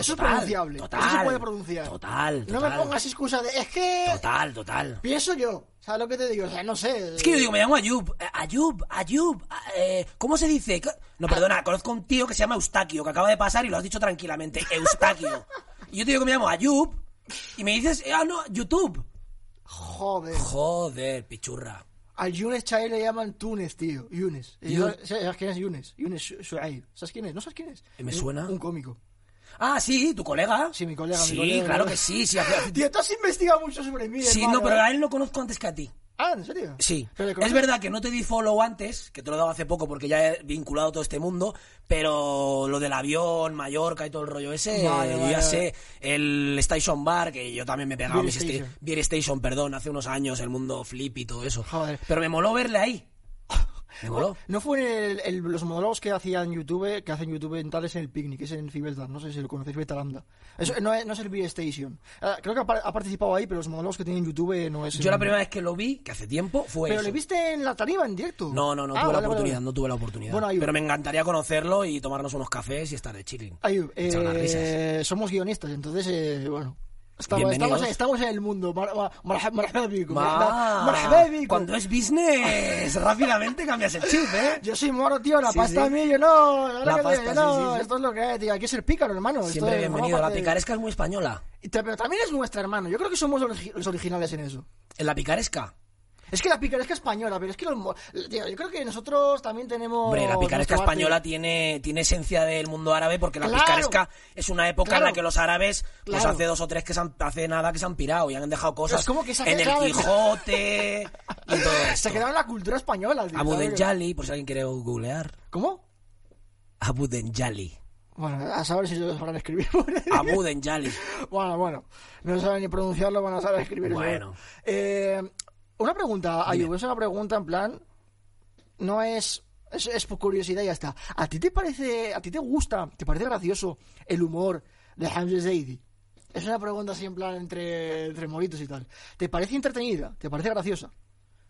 [SPEAKER 1] Eso es
[SPEAKER 2] total,
[SPEAKER 1] pronunciable.
[SPEAKER 2] Total,
[SPEAKER 1] Eso se puede pronunciar.
[SPEAKER 2] Total,
[SPEAKER 1] No
[SPEAKER 2] total.
[SPEAKER 1] me pongas excusa de es que
[SPEAKER 2] Total, total.
[SPEAKER 1] pienso yo, ¿sabes lo que te digo? O sea, no sé.
[SPEAKER 2] Es que yo digo, me llamo Ayub. Eh, Ayub, Ayub. ah, eh, ¿Cómo se dice? ¿Qué- No, perdona, conozco un tío que se llama Eustaquio, que acaba de pasar y lo has dicho tranquilamente. Eustaquio. Y yo te digo que me llamo Ayub y me dices, ah, no, YouTube.
[SPEAKER 1] Joder.
[SPEAKER 2] Joder, pichurra.
[SPEAKER 1] Al Yunes Chael le llaman Túnez, tío. Yunes. Y
[SPEAKER 2] Yun-
[SPEAKER 1] yo- ¿Sabes quién es Yunes? Yunes Shu- Shuaib. ¿Sabes quién es? ¿No sabes quién es?
[SPEAKER 2] Eh, me
[SPEAKER 1] Un-
[SPEAKER 2] suena.
[SPEAKER 1] Un, cómico.
[SPEAKER 2] Ah, sí, tu colega.
[SPEAKER 1] Sí, mi colega, mi
[SPEAKER 2] Sí,
[SPEAKER 1] colega, mi
[SPEAKER 2] claro
[SPEAKER 1] colega.
[SPEAKER 2] que sí. Sí, hace-
[SPEAKER 1] Tío, tú has investigado mucho sobre mí,
[SPEAKER 2] sí
[SPEAKER 1] hermano,
[SPEAKER 2] no, pero
[SPEAKER 1] ¿eh?
[SPEAKER 2] a él lo conozco antes que a ti.
[SPEAKER 1] Ah, ¿en serio?
[SPEAKER 2] Sí.
[SPEAKER 1] ¿Pero le
[SPEAKER 2] Es
[SPEAKER 1] conoces?
[SPEAKER 2] verdad que no te di follow antes, que te lo he dado hace poco porque ya he vinculado todo este mundo, pero lo del avión, Mallorca y todo el rollo ese,
[SPEAKER 1] Vale,
[SPEAKER 2] eh,
[SPEAKER 1] vale,
[SPEAKER 2] ya
[SPEAKER 1] vale.
[SPEAKER 2] sé. El Station Bar, que yo también me pegaba
[SPEAKER 1] Beer
[SPEAKER 2] mis sta-
[SPEAKER 1] Station.
[SPEAKER 2] Beer Station, perdón, hace unos años, el mundo flip y todo eso.
[SPEAKER 1] Joder.
[SPEAKER 2] Pero me moló verle ahí. Me moló.
[SPEAKER 1] ¿No fue el- el- los monólogos que hacían YouTube, que hhacen YouTube en tales en el Picnic, es en Fibeldar, no sé si lo conocéis, Betalanda. Eso no es, no es el Beer Station. Ah, creo que ha, par- ha participado ahí, pero los monólogos que tiene en YouTube no es...
[SPEAKER 2] Yo la primera vez que lo vi, que hace tiempo, fue
[SPEAKER 1] Pero
[SPEAKER 2] eso.
[SPEAKER 1] le viste en la tarima, en directo.
[SPEAKER 2] No, no,
[SPEAKER 1] Ah,
[SPEAKER 2] no tuve
[SPEAKER 1] vale,
[SPEAKER 2] la
[SPEAKER 1] vale,
[SPEAKER 2] oportunidad,
[SPEAKER 1] vale.
[SPEAKER 2] no tuve la oportunidad.
[SPEAKER 1] Bueno, Ayub.
[SPEAKER 2] pero me encantaría conocerlo y tomarnos unos cafés y estar de chilling.
[SPEAKER 1] Ayub,
[SPEAKER 2] Echar unas risas.
[SPEAKER 1] eh, somos guionistas, entonces, eh, bueno... Estamos,
[SPEAKER 2] Bienvenidos.
[SPEAKER 1] estamos, estamos en el mundo. Mar- mar- mar- Marhaba bikum,
[SPEAKER 2] Ma,
[SPEAKER 1] marhaba- marhaba bikum.
[SPEAKER 2] Cuando es business, rápidamente cambias el chip, ¿eh?
[SPEAKER 1] Yo soy moro, tío, la
[SPEAKER 2] Sí,
[SPEAKER 1] pasta
[SPEAKER 2] sí.
[SPEAKER 1] a mí, yo no, la,
[SPEAKER 2] La
[SPEAKER 1] que te-
[SPEAKER 2] pasta,
[SPEAKER 1] yo
[SPEAKER 2] sí,
[SPEAKER 1] no,
[SPEAKER 2] sí, sí.
[SPEAKER 1] esto es lo que es, tío, hay que ser pícaro, hermano. esto
[SPEAKER 2] Siempre
[SPEAKER 1] es-
[SPEAKER 2] bienvenido.
[SPEAKER 1] forma
[SPEAKER 2] La
[SPEAKER 1] parte de-
[SPEAKER 2] picaresca es muy española.
[SPEAKER 1] Y ta- Pero también es nuestra, hermano. Yo creo que somos los origi- los originales en eso.
[SPEAKER 2] En la picaresca.
[SPEAKER 1] Es que la picaresca española, pero es que los mo- tío, yo creo que nosotros también tenemos.
[SPEAKER 2] Hombre, la
[SPEAKER 1] nuestro
[SPEAKER 2] picaresca
[SPEAKER 1] arte.
[SPEAKER 2] española tiene, tiene esencia del mundo árabe porque la
[SPEAKER 1] Claro.
[SPEAKER 2] picaresca es una época en la
[SPEAKER 1] Claro.
[SPEAKER 2] que los árabes, pues
[SPEAKER 1] Claro.
[SPEAKER 2] hace dos o tres que se han- hace nada que se han pirado y han dejado cosas
[SPEAKER 1] Es como que se ha
[SPEAKER 2] en el
[SPEAKER 1] quedado en-
[SPEAKER 2] Quijote y todo
[SPEAKER 1] Se
[SPEAKER 2] esto.
[SPEAKER 1] quedaron en la cultura española, tío,
[SPEAKER 2] Abu
[SPEAKER 1] ¿sabes?
[SPEAKER 2] Denjali, por si alguien quiere googlear.
[SPEAKER 1] ¿Cómo?
[SPEAKER 2] Abu Denjali.
[SPEAKER 1] Bueno, a saber si lo sabrán escribir.
[SPEAKER 2] Abu Denjali.
[SPEAKER 1] bueno, bueno. No saben ni pronunciarlo, van a saber escribirlo.
[SPEAKER 2] Bueno.
[SPEAKER 1] Eh, una pregunta, Ayub, es una pregunta en plan. No es. Es, es por curiosidad y ya está. ¿A ti te parece. ¿A ti te gusta? ¿Te parece gracioso el humor de Hamza Zaidi? Es una pregunta así en plan entre, entre moritos y tal. ¿Te parece entretenida? ¿Te parece graciosa?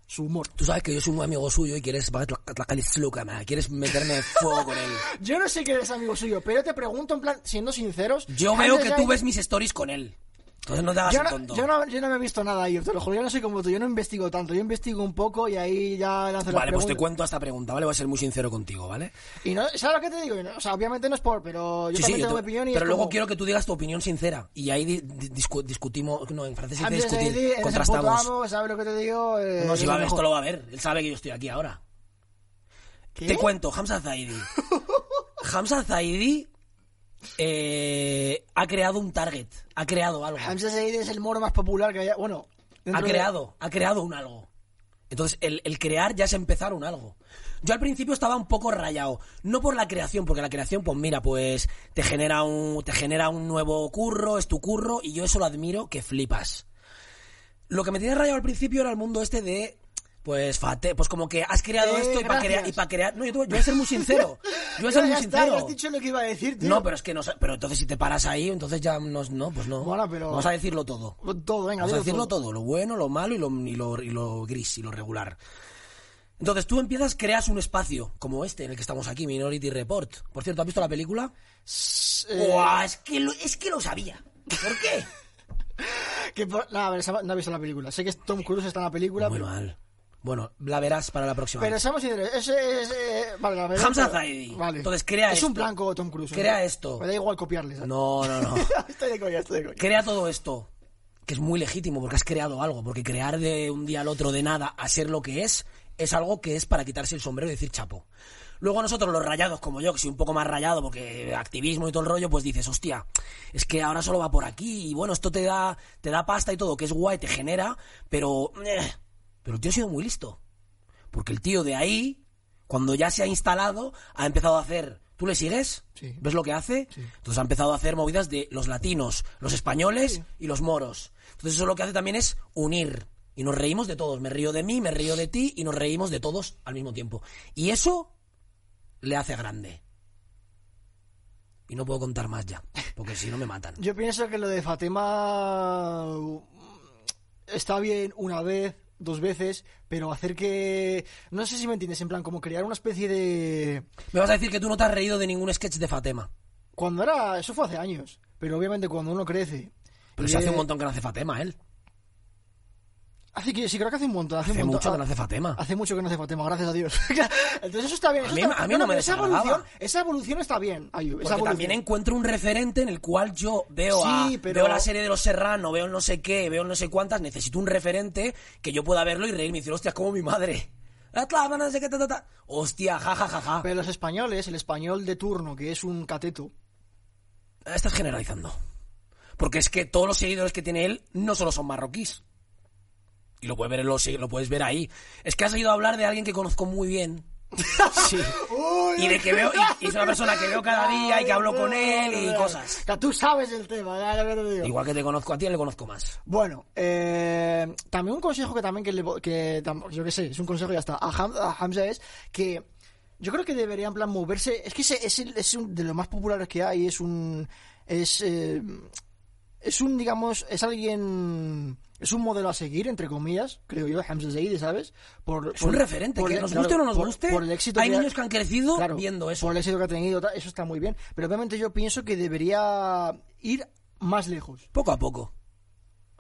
[SPEAKER 1] Su humor.
[SPEAKER 2] Tú sabes que yo soy un amigo suyo y quieres quieres meterme fuego con él.
[SPEAKER 1] Yo no sé que eres amigo suyo, pero te pregunto en plan, siendo sinceros.
[SPEAKER 2] Yo
[SPEAKER 1] Hamza
[SPEAKER 2] veo que
[SPEAKER 1] Zaidi-
[SPEAKER 2] tú ves mis stories con él. Entonces no te hagas
[SPEAKER 1] Yo
[SPEAKER 2] el
[SPEAKER 1] no,
[SPEAKER 2] tonto.
[SPEAKER 1] yo, no, yo no me he visto nada ahí, te lo juro. Yo no soy como tú, yo no investigo tanto. Yo investigo un poco y ahí ya lanzo las
[SPEAKER 2] Vale, pues te
[SPEAKER 1] preguntas.
[SPEAKER 2] cuento esta pregunta, ¿vale? Voy a ser muy sincero contigo, ¿vale?
[SPEAKER 1] Y no, ¿sabes lo que te digo? Y no- o sea, obviamente no es por, pero yo
[SPEAKER 2] Sí, sí,
[SPEAKER 1] también
[SPEAKER 2] yo
[SPEAKER 1] tengo
[SPEAKER 2] te-
[SPEAKER 1] mi opinión y
[SPEAKER 2] pero
[SPEAKER 1] es
[SPEAKER 2] luego
[SPEAKER 1] como-
[SPEAKER 2] quiero que tú digas tu opinión sincera. Y ahí di- di- discu- discutimos, no, en francés se dice
[SPEAKER 1] Antes de ir,
[SPEAKER 2] discutir,
[SPEAKER 1] eres el
[SPEAKER 2] contrastamos.
[SPEAKER 1] puto amo, ¿sabes lo que te digo? Eh,
[SPEAKER 2] No, si
[SPEAKER 1] eres
[SPEAKER 2] va a
[SPEAKER 1] el
[SPEAKER 2] ver, esto
[SPEAKER 1] mejor.
[SPEAKER 2] lo va a ver. Él sabe que yo estoy aquí ahora.
[SPEAKER 1] ¿Qué?
[SPEAKER 2] Te cuento, Hamza Zaidi. Hamza Zaidi eh, ha creado un target, ha creado algo.
[SPEAKER 1] Hamza Zaidi es el moro más popular que haya. Bueno,
[SPEAKER 2] ha
[SPEAKER 1] dentro de-
[SPEAKER 2] creado, ha creado un algo. Entonces, el, el crear ya es empezar un algo. Yo al principio estaba un poco rayado, no por la creación, porque la creación, pues mira, pues te genera un, te genera un nuevo curro, es tu curro, y yo eso lo admiro que flipas. Lo que me tenía rayado al principio era el mundo este de, pues, fate, pues como que has creado
[SPEAKER 1] Eh,
[SPEAKER 2] esto y para
[SPEAKER 1] gracias.
[SPEAKER 2] crear, y para crear, no, yo, te voy- yo voy a ser muy sincero, yo voy a
[SPEAKER 1] Ya,
[SPEAKER 2] ser muy
[SPEAKER 1] ya está, ya
[SPEAKER 2] sincero.
[SPEAKER 1] has dicho lo que iba a decir, tío.
[SPEAKER 2] No, pero es que no, sa- pero entonces si te paras ahí, entonces ya no, no pues no.
[SPEAKER 1] Bueno, pero-
[SPEAKER 2] Vamos a decirlo todo.
[SPEAKER 1] Todo, venga,
[SPEAKER 2] Vamos a
[SPEAKER 1] dilo
[SPEAKER 2] decirlo
[SPEAKER 1] todo.
[SPEAKER 2] todo. lo bueno, lo malo y lo, y lo- y lo gris y lo regular. Entonces tú empiezas, creas un espacio como este en el que estamos aquí, Minority Report. Por cierto, ¿has visto la película?
[SPEAKER 1] Eh,
[SPEAKER 2] ¡Guau! Es que lo, es que lo sabía. ¿Por qué?
[SPEAKER 1] que por- no, a ver, se- no he visto la película. Sé que Tom Cruise está en la película,
[SPEAKER 2] Muy
[SPEAKER 1] pero,
[SPEAKER 2] mal. Bueno, la verás para la próxima.
[SPEAKER 1] pero seamos sinceros. Ese es. eh, vale, la verdad-
[SPEAKER 2] Hamza Zaidi.
[SPEAKER 1] Vale.
[SPEAKER 2] Entonces, crea
[SPEAKER 1] Es un
[SPEAKER 2] esto.
[SPEAKER 1] blanco Tom Cruise. ¿no?
[SPEAKER 2] Crea esto.
[SPEAKER 1] Me da igual copiarles.
[SPEAKER 2] No, no, no.
[SPEAKER 1] estoy de coña, estoy de coña.
[SPEAKER 2] Crea todo esto, que es muy legítimo porque has creado algo, porque crear de un día al otro de nada a ser lo que es, es algo que es para quitarse el sombrero y decir chapo. Luego nosotros los rayados, como yo, que soy un poco más rayado porque activismo y todo el rollo, pues dices, hostia, es que ahora solo va por aquí y bueno, esto te da, te da pasta y todo, que es guay, te genera, pero... eh, pero el tío ha sido muy listo. Porque el tío de ahí, cuando ya se ha instalado, ha empezado a hacer Tú le sigues,
[SPEAKER 3] Sí.
[SPEAKER 2] ves lo que hace. Entonces ha empezado a hacer movidas de los latinos, los españoles y los moros. Entonces eso lo que hace también es unir. Y nos reímos de todos. Me río de mí, me río de ti y nos reímos de todos al mismo tiempo. Y eso le hace grande. Y no puedo contar más ya, porque si no me matan.
[SPEAKER 1] Yo pienso que lo de Fatema uh, está bien una vez, dos veces, pero hacer que... No sé si me entiendes, en plan, como crear una especie de...
[SPEAKER 2] Me vas a decir que tú no te has reído de ningún sketch de Fatema.
[SPEAKER 1] Cuando era... Eso fue hace años, pero obviamente cuando uno crece...
[SPEAKER 2] Pero
[SPEAKER 1] y
[SPEAKER 2] se hace un
[SPEAKER 1] ve-
[SPEAKER 2] montón que no hace Fatema, él.
[SPEAKER 1] Hace que, sí, creo que hace un montón. Hace, un
[SPEAKER 2] Hace
[SPEAKER 1] montón,
[SPEAKER 2] mucho que no
[SPEAKER 1] ah,
[SPEAKER 2] hace Fatema.
[SPEAKER 1] Hace mucho que no hace Fatema, gracias a Dios. Entonces eso está bien.
[SPEAKER 2] A
[SPEAKER 1] eso
[SPEAKER 2] mí-
[SPEAKER 1] está-
[SPEAKER 2] a mí no me
[SPEAKER 1] esa
[SPEAKER 2] desagradaba.
[SPEAKER 1] evolución, esa evolución está bien, Ayub. Esa
[SPEAKER 2] Porque también
[SPEAKER 1] evolución.
[SPEAKER 2] encuentro un referente en el cual yo veo
[SPEAKER 1] Sí,
[SPEAKER 2] a,
[SPEAKER 1] pero-
[SPEAKER 2] veo la serie de los Serrano, veo el no sé qué, veo el no sé cuántas, necesito un referente que yo pueda verlo y reírme y decir, hostia, es como mi madre. La clava, no sé qué, ta, ta, ta. Hostia, ja, ja, ja, ja.
[SPEAKER 1] Pero los españoles, el español de turno, que es un cateto,
[SPEAKER 2] Estás generalizando. Porque es que todos los seguidores que tiene él no solo son marroquíes. Y lo puedes ver, en los- lo puedes ver ahí. Es que has oído hablar de alguien que conozco muy bien. Sí. y de que veo, y, y es una persona que veo cada día y que hablo con él y cosas.
[SPEAKER 1] Ya tú sabes el tema, ya lo que te digo.
[SPEAKER 2] Igual que te conozco a ti, le conozco más.
[SPEAKER 1] Bueno, eh, también un consejo que también que, le, que tam- yo qué sé, es un consejo y ya está. A, Ham- a Hamza es que yo creo que debería en plan moverse. Es que ese- es, el- es un de los más populares que hay. Es un es eh, es un digamos es alguien es un modelo a seguir entre comillas creo yo Hamza Zaidi, ¿sabes? Por,
[SPEAKER 2] Es un referente, que nos guste o no nos
[SPEAKER 1] por-
[SPEAKER 2] guste,
[SPEAKER 1] por el éxito
[SPEAKER 2] hay
[SPEAKER 1] ha-
[SPEAKER 2] niños que han crecido viendo eso.
[SPEAKER 1] Por el éxito que ha tenido, tal, eso está muy bien. Pero obviamente yo pienso que debería ir más lejos.
[SPEAKER 2] Poco a poco.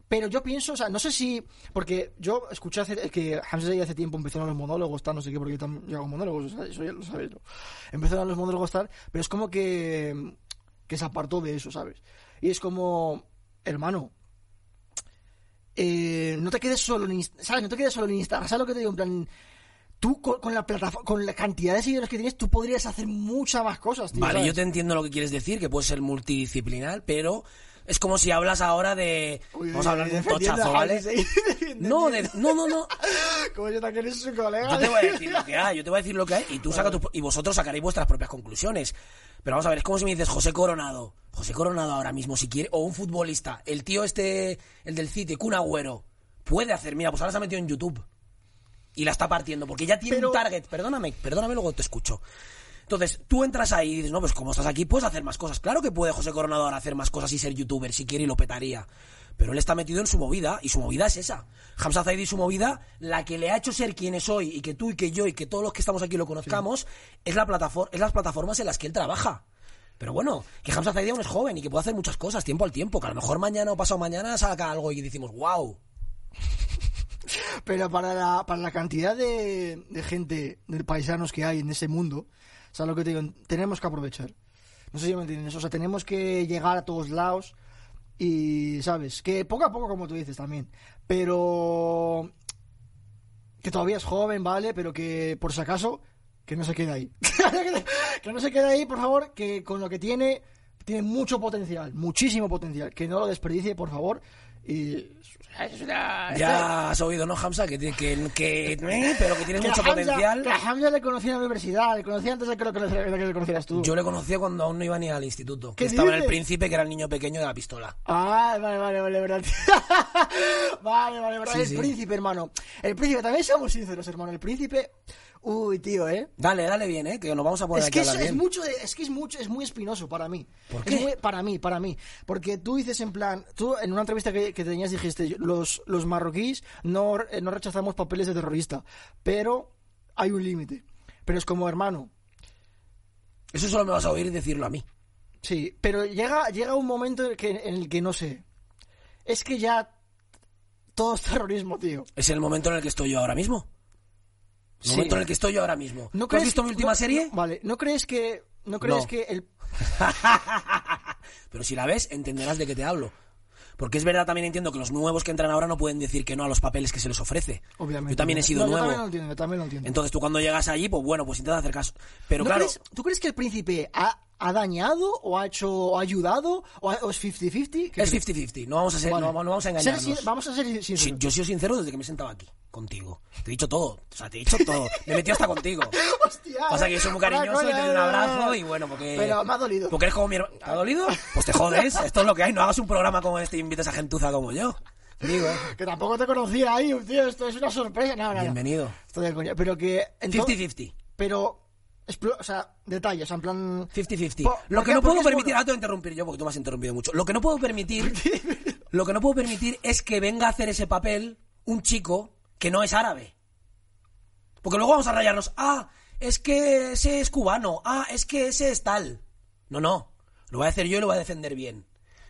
[SPEAKER 1] Pero yo pienso, o sea, no sé si. Porque yo escuché hace, que Hamza Zaidi hace tiempo empezaron los monólogos, tal, no sé qué, porque yo también yo hago monólogos, o sea, eso ya lo sabes, ¿no? Empezaron los monólogos, tal, pero es como que. que se apartó de eso, ¿sabes? Y es como. hermano. eh, no te quedes solo en Inst- ¿sabes? No te quedes solo en Instagram, ¿sabes lo que te digo? En plan. Tú con, con la plataforma, con la cantidad de seguidores que tienes, tú podrías hacer muchas más cosas, tío.
[SPEAKER 2] Vale,
[SPEAKER 1] ¿sabes?
[SPEAKER 2] yo te entiendo lo que quieres decir, que puede ser multidisciplinar, pero es como si hablas ahora de.
[SPEAKER 1] Uy,
[SPEAKER 2] Vamos a hablar de un
[SPEAKER 1] defendiendo
[SPEAKER 2] tochazo,
[SPEAKER 1] a
[SPEAKER 2] ¿vale?
[SPEAKER 1] Hamza Zaidi, defendiendo-
[SPEAKER 2] No, de- no, no, no.
[SPEAKER 1] Como yo también eres su colega. ¿eh?
[SPEAKER 2] Yo te voy a decir lo que hay, yo te voy a decir lo que hay, y, tú saca tu- y vosotros sacaréis vuestras propias conclusiones. Pero vamos a ver, es como si me dices José Coronado. José Coronado ahora mismo, si quiere, o un futbolista, el tío este, el del City, Kun Agüero, puede hacer. Mira, pues ahora se ha metido en YouTube. Y la está partiendo, porque ya tiene
[SPEAKER 1] Pero-
[SPEAKER 2] un target. Perdóname, perdóname, luego te escucho. Entonces, tú entras ahí y dices, no, pues como estás aquí, puedes hacer más cosas. Claro que puede José Coronado ahora hacer más cosas y ser youtuber si quiere y lo petaría. Pero él está metido en su movida y su movida es esa. Hamza Zaidi, su movida, la que le ha hecho ser quien es hoy y que tú y que yo y que todos los que estamos aquí lo conozcamos, es, la plataforma, es las plataformas en las que él trabaja. Pero bueno, que Hamza Zaidi aún es joven y que puede hacer muchas cosas tiempo al tiempo. Que a lo mejor mañana o pasado mañana saca algo y decimos, wow.
[SPEAKER 1] Pero para la, para la cantidad de, de gente, de paisanos que hay en ese mundo, o sea, lo que te digo, tenemos que aprovechar. No sé si me entiendes. O sea, tenemos que llegar a todos lados y, ¿sabes? Que poco a poco, como tú dices también. Pero. Que todavía es joven, ¿vale? Pero que, por si acaso, que no se quede ahí. que no se quede ahí, por favor, que con lo que tiene, tiene mucho potencial, muchísimo potencial. Que no lo desperdicie, por favor. Y. Es una-
[SPEAKER 2] Ya has oído, ¿no, Hamza? Que, tiene- que, que- eh, pero que tienes
[SPEAKER 1] que a
[SPEAKER 2] mucho
[SPEAKER 1] Hamza-
[SPEAKER 2] potencial.
[SPEAKER 1] Que a Hamza le conocí en la universidad, le conocí antes de que lo, conoci- de que lo conocieras tú.
[SPEAKER 2] Yo le conocía cuando aún no iba ni al instituto.
[SPEAKER 1] ¿Qué
[SPEAKER 2] Que estaba en el
[SPEAKER 1] dices?
[SPEAKER 2] príncipe, que era el niño pequeño de la pistola.
[SPEAKER 1] Ah, vale, vale, vale, verdad. vale, vale, verdad.
[SPEAKER 2] Sí,
[SPEAKER 1] el
[SPEAKER 2] sí.
[SPEAKER 1] príncipe, hermano. El príncipe, también seamos sinceros, hermano. El príncipe. Uy, tío, eh.
[SPEAKER 2] Dale, dale bien, ¿eh? Que nos vamos a poner
[SPEAKER 1] Es
[SPEAKER 2] aquí
[SPEAKER 1] que
[SPEAKER 2] a
[SPEAKER 1] es,
[SPEAKER 2] hablar
[SPEAKER 1] es
[SPEAKER 2] bien.
[SPEAKER 1] mucho, de- es que es mucho, es muy espinoso para mí.
[SPEAKER 2] ¿Por
[SPEAKER 1] Es
[SPEAKER 2] qué?
[SPEAKER 1] muy- para mí, para mí. Porque tú dices en plan, tú en una entrevista que, que tenías dijiste, los, los marroquíes no, eh, no rechazamos papeles de terrorista, pero hay un límite. Pero es como, hermano,
[SPEAKER 2] Eso solo me vas a oír decirlo a mí.
[SPEAKER 1] Sí, pero llega, llega un momento en el, que, en el que no sé. Es que ya todo es terrorismo, tío.
[SPEAKER 2] Es el momento en el que estoy yo ahora mismo. El
[SPEAKER 1] Sí.
[SPEAKER 2] momento en el que estoy yo ahora mismo.
[SPEAKER 1] ¿No
[SPEAKER 2] ¿Tú has
[SPEAKER 1] crees-
[SPEAKER 2] visto mi última
[SPEAKER 1] no-
[SPEAKER 2] serie?
[SPEAKER 1] no, vale, ¿no crees que no crees
[SPEAKER 2] No.
[SPEAKER 1] que el
[SPEAKER 2] Pero si la ves, entenderás de qué te hablo. Porque es verdad, también entiendo que los nuevos que entran ahora no pueden decir que no a los papeles que se les ofrece.
[SPEAKER 1] obviamente
[SPEAKER 2] Yo también he sido
[SPEAKER 1] No,
[SPEAKER 2] nuevo.
[SPEAKER 1] Yo también lo entiendo, yo también lo entiendo.
[SPEAKER 2] Entonces tú cuando llegas allí, pues bueno, pues intentas hacer caso. Pero
[SPEAKER 1] ¿No
[SPEAKER 2] claro,
[SPEAKER 1] crees- ¿Tú crees que el príncipe ha, ¿Ha dañado o ha hecho o ha ayudado o, ha- o es 50-50? ¿Qué
[SPEAKER 2] Es
[SPEAKER 1] crees?
[SPEAKER 2] 50-50, no vamos a ser,
[SPEAKER 1] Vale.
[SPEAKER 2] no, vamos- no vamos a
[SPEAKER 1] Ser
[SPEAKER 2] engañarnos.
[SPEAKER 1] sin- vamos a ser sin-
[SPEAKER 2] Sí,
[SPEAKER 1] sinceros.
[SPEAKER 2] yo he sido sincero desde que me sentaba aquí, contigo. Te he dicho todo, o sea, te he dicho todo. Me he metido hasta contigo.
[SPEAKER 1] Hostia,
[SPEAKER 2] Pasa
[SPEAKER 1] eh.
[SPEAKER 2] que soy muy
[SPEAKER 1] Ahora,
[SPEAKER 2] cariñoso y te doy un
[SPEAKER 1] coño,
[SPEAKER 2] abrazo y bueno, porque...
[SPEAKER 1] Pero me ha dolido.
[SPEAKER 2] Porque eres como mi hermano. ¿Ha dolido? Pues te jodes, esto es lo que hay. No hagas un programa como este y invites a gentuza como yo. Digo, eh.
[SPEAKER 1] Que tampoco te conocía ahí, tío. Esto es una sorpresa. No, no, no.
[SPEAKER 2] bienvenido.
[SPEAKER 1] Estoy de coña. Pero que. ento-
[SPEAKER 2] 50-50.
[SPEAKER 1] Pero. explo- O sea, detalles, en plan.
[SPEAKER 2] 50-50.
[SPEAKER 1] Po-
[SPEAKER 2] Lo
[SPEAKER 1] porque-
[SPEAKER 2] que no puedo
[SPEAKER 1] porque es
[SPEAKER 2] permitir,
[SPEAKER 1] bueno.
[SPEAKER 2] ahora te voy a interrumpir yo porque tú me has interrumpido mucho. Lo que no puedo permitir, lo que no puedo permitir es que venga a hacer ese papel un chico que no es árabe. Porque luego vamos a rayarnos, ah, es que ese es cubano, ah, es que ese es tal. No, no, lo voy a hacer yo y lo voy a defender bien,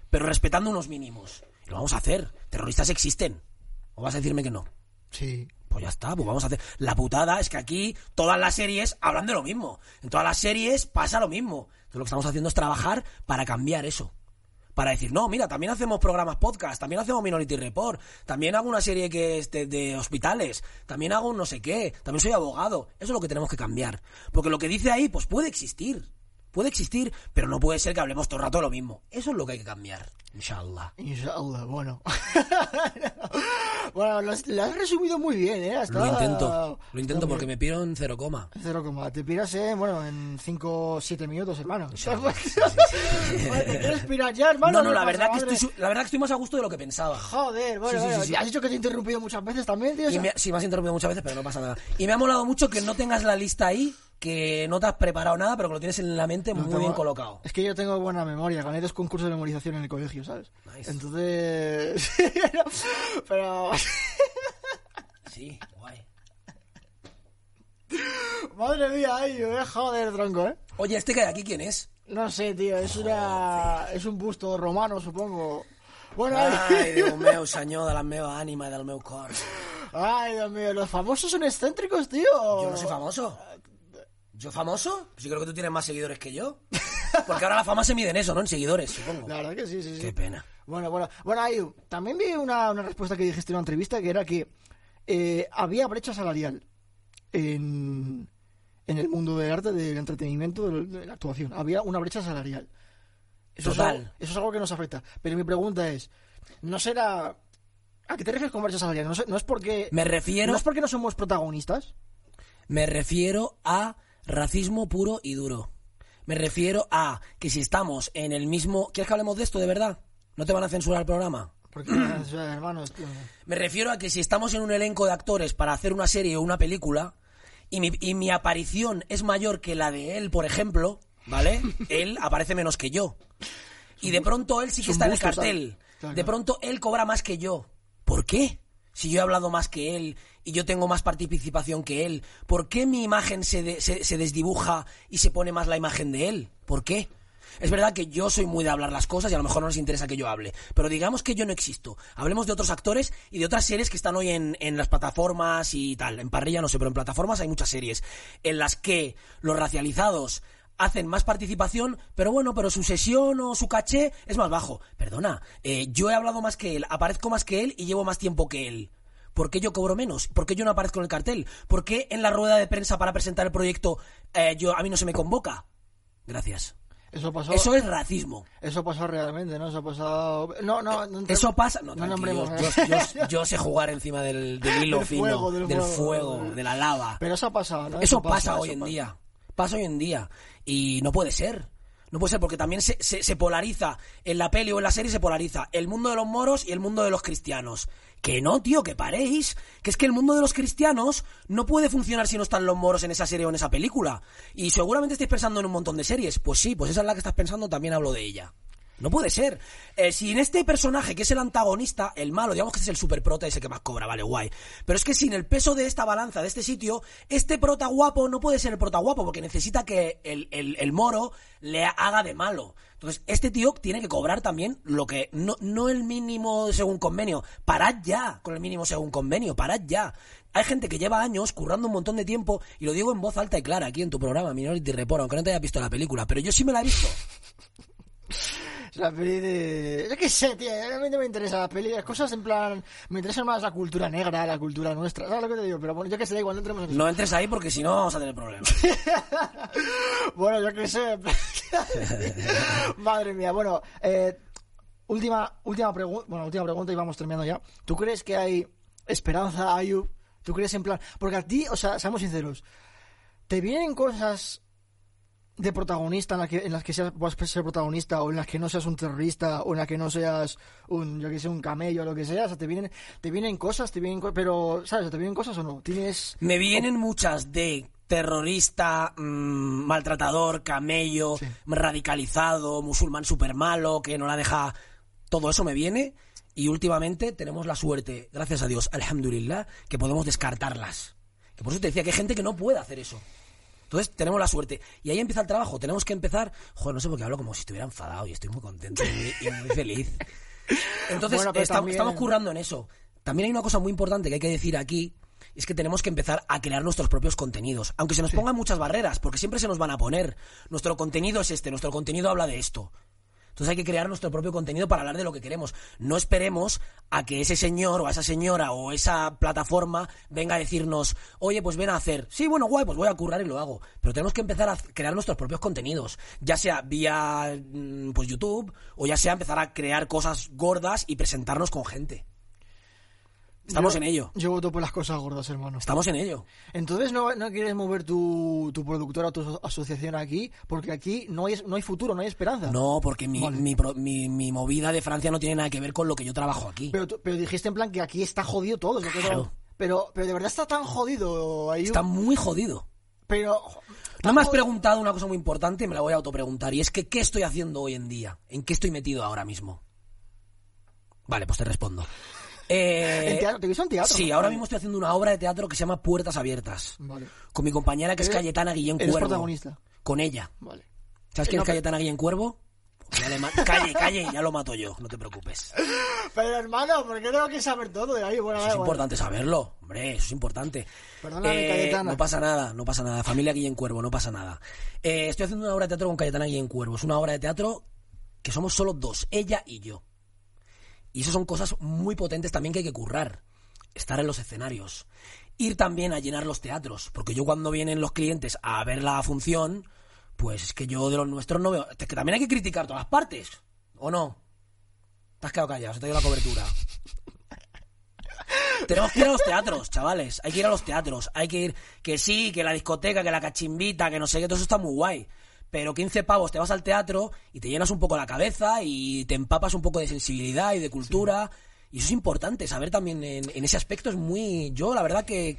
[SPEAKER 2] pero respetando unos mínimos. Y lo vamos a hacer, terroristas existen. ¿O vas a decirme que no?
[SPEAKER 3] Sí.
[SPEAKER 2] Pues ya está, pues vamos a hacer. La putada es que aquí todas las series hablan de lo mismo. En todas las series pasa lo mismo. Entonces lo que estamos haciendo es trabajar para cambiar eso. Para decir, no, mira, también hacemos programas podcast, también hacemos Minority Report, también hago una serie que es de, de hospitales, también hago un no sé qué, también soy abogado. Eso es lo que tenemos que cambiar. Porque lo que dice ahí, pues puede existir. Puede existir, pero no puede ser que hablemos todo el rato de lo mismo. Eso es lo que hay que cambiar. Inshallah.
[SPEAKER 1] Inshallah, bueno. bueno, lo, has- lo has resumido muy bien, ¿eh? Hasta-
[SPEAKER 2] Lo intento. Lo intento
[SPEAKER 1] Está muy
[SPEAKER 2] porque me pido en cero coma.
[SPEAKER 1] Cero coma. Te piras en, bueno, en 5 7 minutos, hermano. Bueno, ¿Te quieres pirar ya, hermano?
[SPEAKER 2] no, no,
[SPEAKER 1] ¿Qué
[SPEAKER 2] la
[SPEAKER 1] pasa,
[SPEAKER 2] verdad, que
[SPEAKER 1] madre?
[SPEAKER 2] estoy, su- la verdad que estoy más a gusto de lo que pensaba.
[SPEAKER 1] Joder, bueno,
[SPEAKER 2] Sí, sí,
[SPEAKER 1] bueno,
[SPEAKER 2] sí, sí.
[SPEAKER 1] has dicho que te he interrumpido muchas veces también, tío.
[SPEAKER 2] Y me, sí, me has interrumpido muchas veces, pero no pasa nada. Y me ha molado mucho que no tengas la lista ahí, que no te has preparado nada, pero que lo tienes en la mente muy
[SPEAKER 1] tengo-
[SPEAKER 2] bien colocado.
[SPEAKER 1] Es que yo tengo buena memoria, gané dos concursos de memorización en el colegio, ¿sabes?
[SPEAKER 2] Nice.
[SPEAKER 1] Entonces. pero.
[SPEAKER 2] Sí, guay.
[SPEAKER 1] Madre mía, ay, eh, joder, tronco, ¿eh?
[SPEAKER 2] Oye, ¿este que hay aquí quién es?
[SPEAKER 1] No sé, tío, es una. Es un busto romano, supongo. Bueno,
[SPEAKER 2] Ay,
[SPEAKER 1] ay,
[SPEAKER 2] Dios mío, senyor de la meva ànima i del meu cor.
[SPEAKER 1] ay, Dios mío, los famosos son excéntricos, tío.
[SPEAKER 2] Yo no soy famoso. ¿Yo famoso? Pues yo creo que tú tienes más seguidores que yo. Porque ahora la fama se mide en eso, ¿no? En seguidores, supongo.
[SPEAKER 1] La verdad que sí, sí, sí.
[SPEAKER 2] Qué pena.
[SPEAKER 1] Bueno, bueno, bueno, Ayu, también vi una, una respuesta que dijiste en una entrevista que era que eh, había brecha salarial en, en el mundo del arte, del entretenimiento, del- de la actuación. Había una brecha salarial. Eso,
[SPEAKER 2] Total.
[SPEAKER 1] Es algo, eso es algo que nos afecta. Pero mi pregunta es, ¿no será... ¿A qué te refieres con brecha salarial? No, sé- no es porque...
[SPEAKER 2] Me refiero...
[SPEAKER 1] ¿No es porque no somos protagonistas?
[SPEAKER 2] Me refiero a racismo puro y duro. Me refiero a que si estamos en el mismo... ¿Quieres que hablemos de esto de verdad? ¿No te van a censurar el programa?
[SPEAKER 1] Porque, o sea, hermanos, tío,
[SPEAKER 2] Me refiero a que si estamos en un elenco de actores para hacer una serie o una película y mi, y mi aparición es mayor que la de él, por ejemplo, ¿vale? Él aparece menos que yo. Y de pronto él sí que
[SPEAKER 1] un
[SPEAKER 2] está en el
[SPEAKER 1] gusto, claro.
[SPEAKER 2] cartel.
[SPEAKER 1] Claro,
[SPEAKER 2] De
[SPEAKER 1] claro.
[SPEAKER 2] pronto él cobra más que yo. ¿Por qué? Si yo he hablado más que él y yo tengo más participación que él, ¿por qué mi imagen se, de- se- se desdibuja y se pone más la imagen de él? ¿Por qué? Es verdad que yo soy muy de hablar las cosas y a lo mejor no les interesa que yo hable, pero digamos que yo no existo. Hablemos de otros actores y de otras series que están hoy en, en las plataformas y tal. En parrilla no sé, pero en plataformas hay muchas series en las que los racializados hacen más participación, pero bueno, pero su sesión o su caché es más bajo. Perdona, eh, yo he hablado más que él, aparezco más que él y llevo más tiempo que él. ¿Por qué yo cobro menos? ¿Por qué yo no aparezco en el cartel? ¿Por qué en la rueda de prensa para presentar el proyecto eh, yo, a mí no se me convoca? Gracias.
[SPEAKER 1] Eso pasó...
[SPEAKER 2] Eso es racismo.
[SPEAKER 1] Eso pasó realmente, ¿no? Eso ha pasado... No, no, no entremos-
[SPEAKER 2] Eso pasa. No,
[SPEAKER 1] No
[SPEAKER 2] tranquilo,
[SPEAKER 1] nombremos...
[SPEAKER 2] yo, yo- yo sé jugar encima del, del hilo
[SPEAKER 1] Del
[SPEAKER 2] fino,
[SPEAKER 1] fuego, del fuego.
[SPEAKER 2] fuego, de la lava.
[SPEAKER 1] Pero eso ha pasado, ¿no?
[SPEAKER 2] Eso pasa hoy
[SPEAKER 1] eso
[SPEAKER 2] en
[SPEAKER 1] pasa.
[SPEAKER 2] día. Pasa hoy en día. Y no puede ser. No puede ser porque también se, se- se polariza. En la peli o en la serie se polariza el mundo de los moros y el mundo de los cristianos. Que no, tío, que paréis. Que es que el mundo de los cristianos no puede funcionar si no están los moros en esa serie o en esa película. Y seguramente estáis pensando en un montón de series. Pues sí, pues esa es la que estás pensando, también hablo de ella. No puede ser. Eh, si en este personaje, que es el antagonista, el malo, digamos que es el superprota, ese que más cobra, vale, guay. Pero es que sin el peso de esta balanza, de este sitio, este prota guapo no puede ser el prota guapo, porque necesita que el, el- el moro le haga de malo. Entonces, este tío tiene que cobrar también lo que. No, no el mínimo según convenio. Parad ya con el mínimo según convenio, parad ya. Hay gente que lleva años currando un montón de tiempo, y lo digo en voz alta y clara aquí en tu programa, Minority Report, aunque no te hayas visto la película, pero yo sí me la he visto.
[SPEAKER 1] La peli de... Yo qué sé, tío, realmente me interesa la peli. Las cosas en plan... Me interesa más la cultura negra, la cultura nuestra. ¿Sabes lo que te digo? Pero bueno, yo qué sé, da igual, no entremos en eso.
[SPEAKER 2] No entres ahí porque si no vamos a tener problemas.
[SPEAKER 1] Bueno, yo qué sé. Madre mía, bueno, eh, última, última, pregunta bueno, última pregunta y vamos terminando ya. ¿Tú crees que hay esperanza, Ayub? ¿Tú crees en plan? Porque a ti, o sea, seamos sinceros, ¿te vienen cosas de protagonista en, la que- en las que seas, puedas ser protagonista o en las que no seas un terrorista o en las que no seas un, yo que sé, un camello o lo que sea? O sea, ¿te vienen, te vienen cosas? ¿Te vienen co- Pero, ¿sabes? ¿Te vienen cosas o no? ¿Tienes...?
[SPEAKER 2] Me vienen muchas de terrorista, mm, maltratador, camello,
[SPEAKER 3] Sí.
[SPEAKER 2] radicalizado, musulmán super malo, que no la deja. Todo eso me viene. Y últimamente tenemos la suerte, gracias a Dios, alhamdulillah, que podemos descartarlas. Que por eso te decía que hay gente que no puede hacer eso. Entonces tenemos la suerte. Y ahí empieza el trabajo. Tenemos que empezar. Joder, no sé por qué hablo como si estuviera enfadado y estoy muy contento y, y muy feliz. Entonces
[SPEAKER 1] Bueno, pero
[SPEAKER 2] estamos-
[SPEAKER 1] también-
[SPEAKER 2] estamos currando en eso. También hay una cosa muy importante que hay que decir aquí. Es que tenemos que empezar a crear nuestros propios contenidos. Aunque se nos pongan muchas barreras, porque siempre se nos van a poner. Nuestro contenido es este, nuestro contenido habla de esto. Entonces hay que crear nuestro propio contenido para hablar de lo que queremos. No esperemos a que ese señor o a esa señora o esa plataforma venga a decirnos, oye, pues ven a hacer. Sí, bueno, guay, pues voy a currar y lo hago. Pero tenemos que empezar a crear nuestros propios contenidos, ya sea vía mm, pues YouTube o ya sea empezar a crear cosas gordas y presentarnos con gente. Estamos
[SPEAKER 1] Yo-
[SPEAKER 2] en ello.
[SPEAKER 1] Yo voto por las cosas gordas, hermano.
[SPEAKER 2] Estamos en ello.
[SPEAKER 1] Entonces no, no quieres mover tu, tu productora o tu aso- asociación aquí, porque aquí no hay, no hay futuro, no hay esperanza.
[SPEAKER 2] No, porque mi,
[SPEAKER 1] Vale.
[SPEAKER 2] mi pro- mi- mi movida de Francia no tiene nada que ver con lo que yo trabajo aquí.
[SPEAKER 1] Pero, tú- pero dijiste en plan que aquí está jodido todo. es lo que
[SPEAKER 2] Claro.
[SPEAKER 1] no- Pero, pero de verdad está tan jodido ahí.
[SPEAKER 2] Está muy jodido.
[SPEAKER 1] Pero...
[SPEAKER 2] No me has preguntado una cosa muy importante, me la voy a autopreguntar, y es que ¿qué estoy haciendo hoy en día? ¿En qué estoy metido ahora mismo? Vale, pues te respondo. Eh,
[SPEAKER 1] ¿En teatro? ¿Te viste en teatro?
[SPEAKER 2] Sí, ahora mismo estoy haciendo una obra de teatro que se llama Puertas Abiertas,
[SPEAKER 1] Vale.
[SPEAKER 2] con mi compañera que es
[SPEAKER 1] Eres-
[SPEAKER 2] Cayetana Guillén
[SPEAKER 1] Eh, eres
[SPEAKER 2] Cuervo.
[SPEAKER 1] protagonista.
[SPEAKER 2] Con ella.
[SPEAKER 1] Vale.
[SPEAKER 2] ¿Sabes quién
[SPEAKER 1] No,
[SPEAKER 2] es Cayetana Guillén Cuervo? Pues Ya le ma- calle, calle, ya lo mato yo, no te
[SPEAKER 1] Ah,
[SPEAKER 2] preocupes. Eso
[SPEAKER 1] Pero hermano, ¿por qué tengo que saber todo de ahí? Bueno,
[SPEAKER 2] es
[SPEAKER 1] da igual.
[SPEAKER 2] importante saberlo, hombre, eso es importante.
[SPEAKER 1] Perdóname,
[SPEAKER 2] Eh,
[SPEAKER 1] Cayetana.
[SPEAKER 2] No pasa nada, no pasa nada. Familia Guillén Cuervo, no pasa nada. Eh, estoy haciendo una obra de teatro con Cayetana Guillén Cuervo. Es una obra de teatro que somos solo dos, ella y yo. Y eso son cosas muy potentes también que hay que currar. Estar en los escenarios. Ir también a llenar los teatros. Porque yo cuando vienen los clientes a ver la función, pues es que yo de los nuestros no veo... Es que también hay que criticar todas las partes. ¿O no? Te has quedado callado, se te ha ido la cobertura. Tenemos que ir a los teatros, chavales. Hay que ir a los teatros. Hay que ir. Que sí, que la discoteca, que la cachimbita, que no sé qué, todo eso está muy guay. Pero 15 pavos, te vas al teatro y te llenas un poco la cabeza y te empapas un poco de sensibilidad y de cultura. Y eso es importante, saber también en, en ese aspecto es muy. Yo, la verdad que,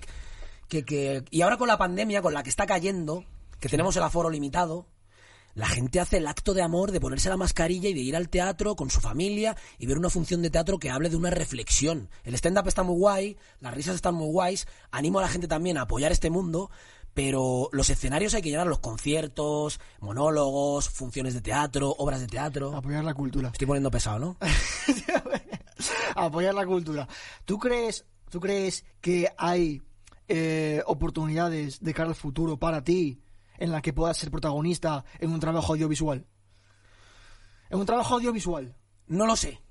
[SPEAKER 2] que, que. Y ahora con la pandemia, con la que está cayendo, que tenemos el aforo limitado, la gente hace el acto de amor de ponerse la mascarilla y de ir al teatro con su familia y ver una función de teatro que hable de una reflexión. El stand-up está muy guay, las risas están muy guays, animo a la gente también a apoyar este mundo, pero los escenarios hay que llenar los conciertos, monólogos, funciones de teatro, obras de teatro.
[SPEAKER 1] Apoyar la cultura.
[SPEAKER 2] Estoy poniendo pesado, ¿no?
[SPEAKER 1] apoyar la cultura. ¿Tú crees, tú crees que hay eh, oportunidades de cara al futuro para ti en las que puedas ser protagonista en un trabajo audiovisual? En un trabajo audiovisual.
[SPEAKER 2] No lo sé,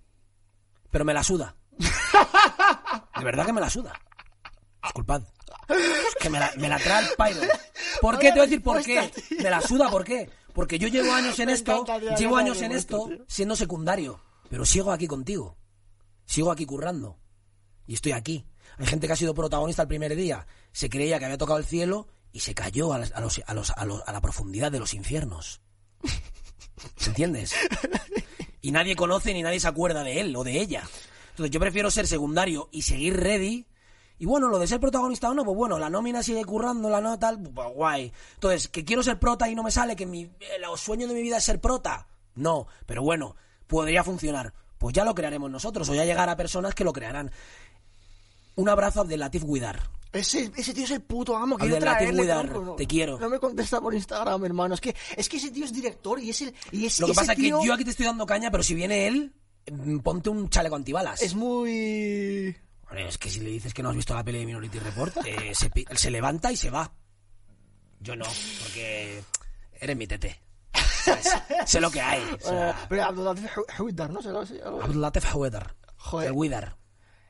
[SPEAKER 2] pero me la suda. De verdad que me la suda. Disculpad. Es que me la, me la trae el pairo. ¿Por qué? Te voy a decir por qué.
[SPEAKER 1] respuesta, tío.
[SPEAKER 2] Me la suda, ¿por qué? Porque yo llevo años en
[SPEAKER 1] Me
[SPEAKER 2] esto,
[SPEAKER 1] encanta, tío,
[SPEAKER 2] llevo
[SPEAKER 1] me
[SPEAKER 2] años
[SPEAKER 1] encanta,
[SPEAKER 2] en
[SPEAKER 1] me
[SPEAKER 2] esto
[SPEAKER 1] encanta, tío.
[SPEAKER 2] siendo secundario, pero sigo aquí contigo. Sigo aquí currando. Y estoy aquí. Hay gente que ha sido protagonista el primer día. Se creía que había tocado el cielo y se cayó a, las- a los- a los- a los- a la profundidad de los infiernos. ¿Entiendes? y nadie conoce ni nadie se acuerda de él o de ella. Entonces yo prefiero ser secundario y seguir ready. Y bueno, lo de ser protagonista o no, pues bueno, la nómina sigue currando, la no tal, pues guay. Entonces, que quiero ser prota y no me sale, que mi, el sueño de mi vida es ser prota. No, pero bueno, podría funcionar. Pues ya lo crearemos nosotros, o ya llegará a personas que lo crearán. Un abrazo a Abdelatif Guidar.
[SPEAKER 1] Ese, ese tío es el puto amo que
[SPEAKER 2] Abdelatif
[SPEAKER 1] traerle,
[SPEAKER 2] Widar,
[SPEAKER 1] tronco, no-
[SPEAKER 2] te quiero.
[SPEAKER 1] No me contesta por Instagram, hermano. Es que, es que ese tío es director y es el. Y es,
[SPEAKER 2] Lo que
[SPEAKER 1] ese
[SPEAKER 2] pasa es que
[SPEAKER 1] tío
[SPEAKER 2] yo aquí te estoy dando caña, pero si viene él, mm, ponte un chaleco antibalas.
[SPEAKER 1] Es muy.
[SPEAKER 2] Hombre, es que si le dices que no has visto la peli de Minority Report, eh, se, pi- se levanta y se va. Yo no, porque eres mi tete. ¿Sabes? Sé lo que hay. o
[SPEAKER 1] Bueno,
[SPEAKER 2] sea,
[SPEAKER 1] eh, pero Abdelatif Widar, ¿no? Algo así, algo así.
[SPEAKER 2] Abdelatif Hawedar.
[SPEAKER 1] Joder.
[SPEAKER 2] El Widar.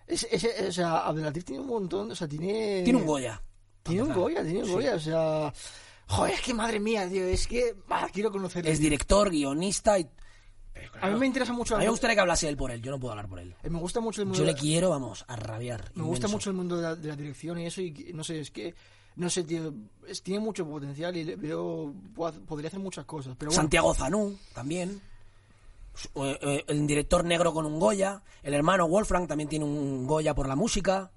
[SPEAKER 1] Ese- ese- o sea, Abdelatif tiene un montón. O sea, tiene.
[SPEAKER 2] Tiene un Goya.
[SPEAKER 1] Tiene un Goya, tiene un Goya, o sea... Joder, es que madre mía, tío, es que bah, quiero conocerle.
[SPEAKER 2] Es
[SPEAKER 1] tío.
[SPEAKER 2] director, guionista y... Pero
[SPEAKER 1] A
[SPEAKER 2] claro,
[SPEAKER 1] mí me interesa mucho.
[SPEAKER 2] a mí
[SPEAKER 1] el-
[SPEAKER 2] me gustaría que hablase él por él, yo no puedo hablar por él.
[SPEAKER 1] eh, me gusta mucho el mundo.
[SPEAKER 2] Yo le
[SPEAKER 1] de-
[SPEAKER 2] quiero, vamos, a rabiar.
[SPEAKER 1] me gusta
[SPEAKER 2] inmenso.
[SPEAKER 1] mucho el mundo de la, de la dirección y eso y que- no sé, es que no sé, tío, es- tiene mucho potencial y le veo puedo hacer- podría hacer muchas cosas, pero bueno.
[SPEAKER 2] Santiago Zanú, también. Su- eh, eh, El director negro con un Goya. El hermano Wolfgang también tiene un Goya por la música.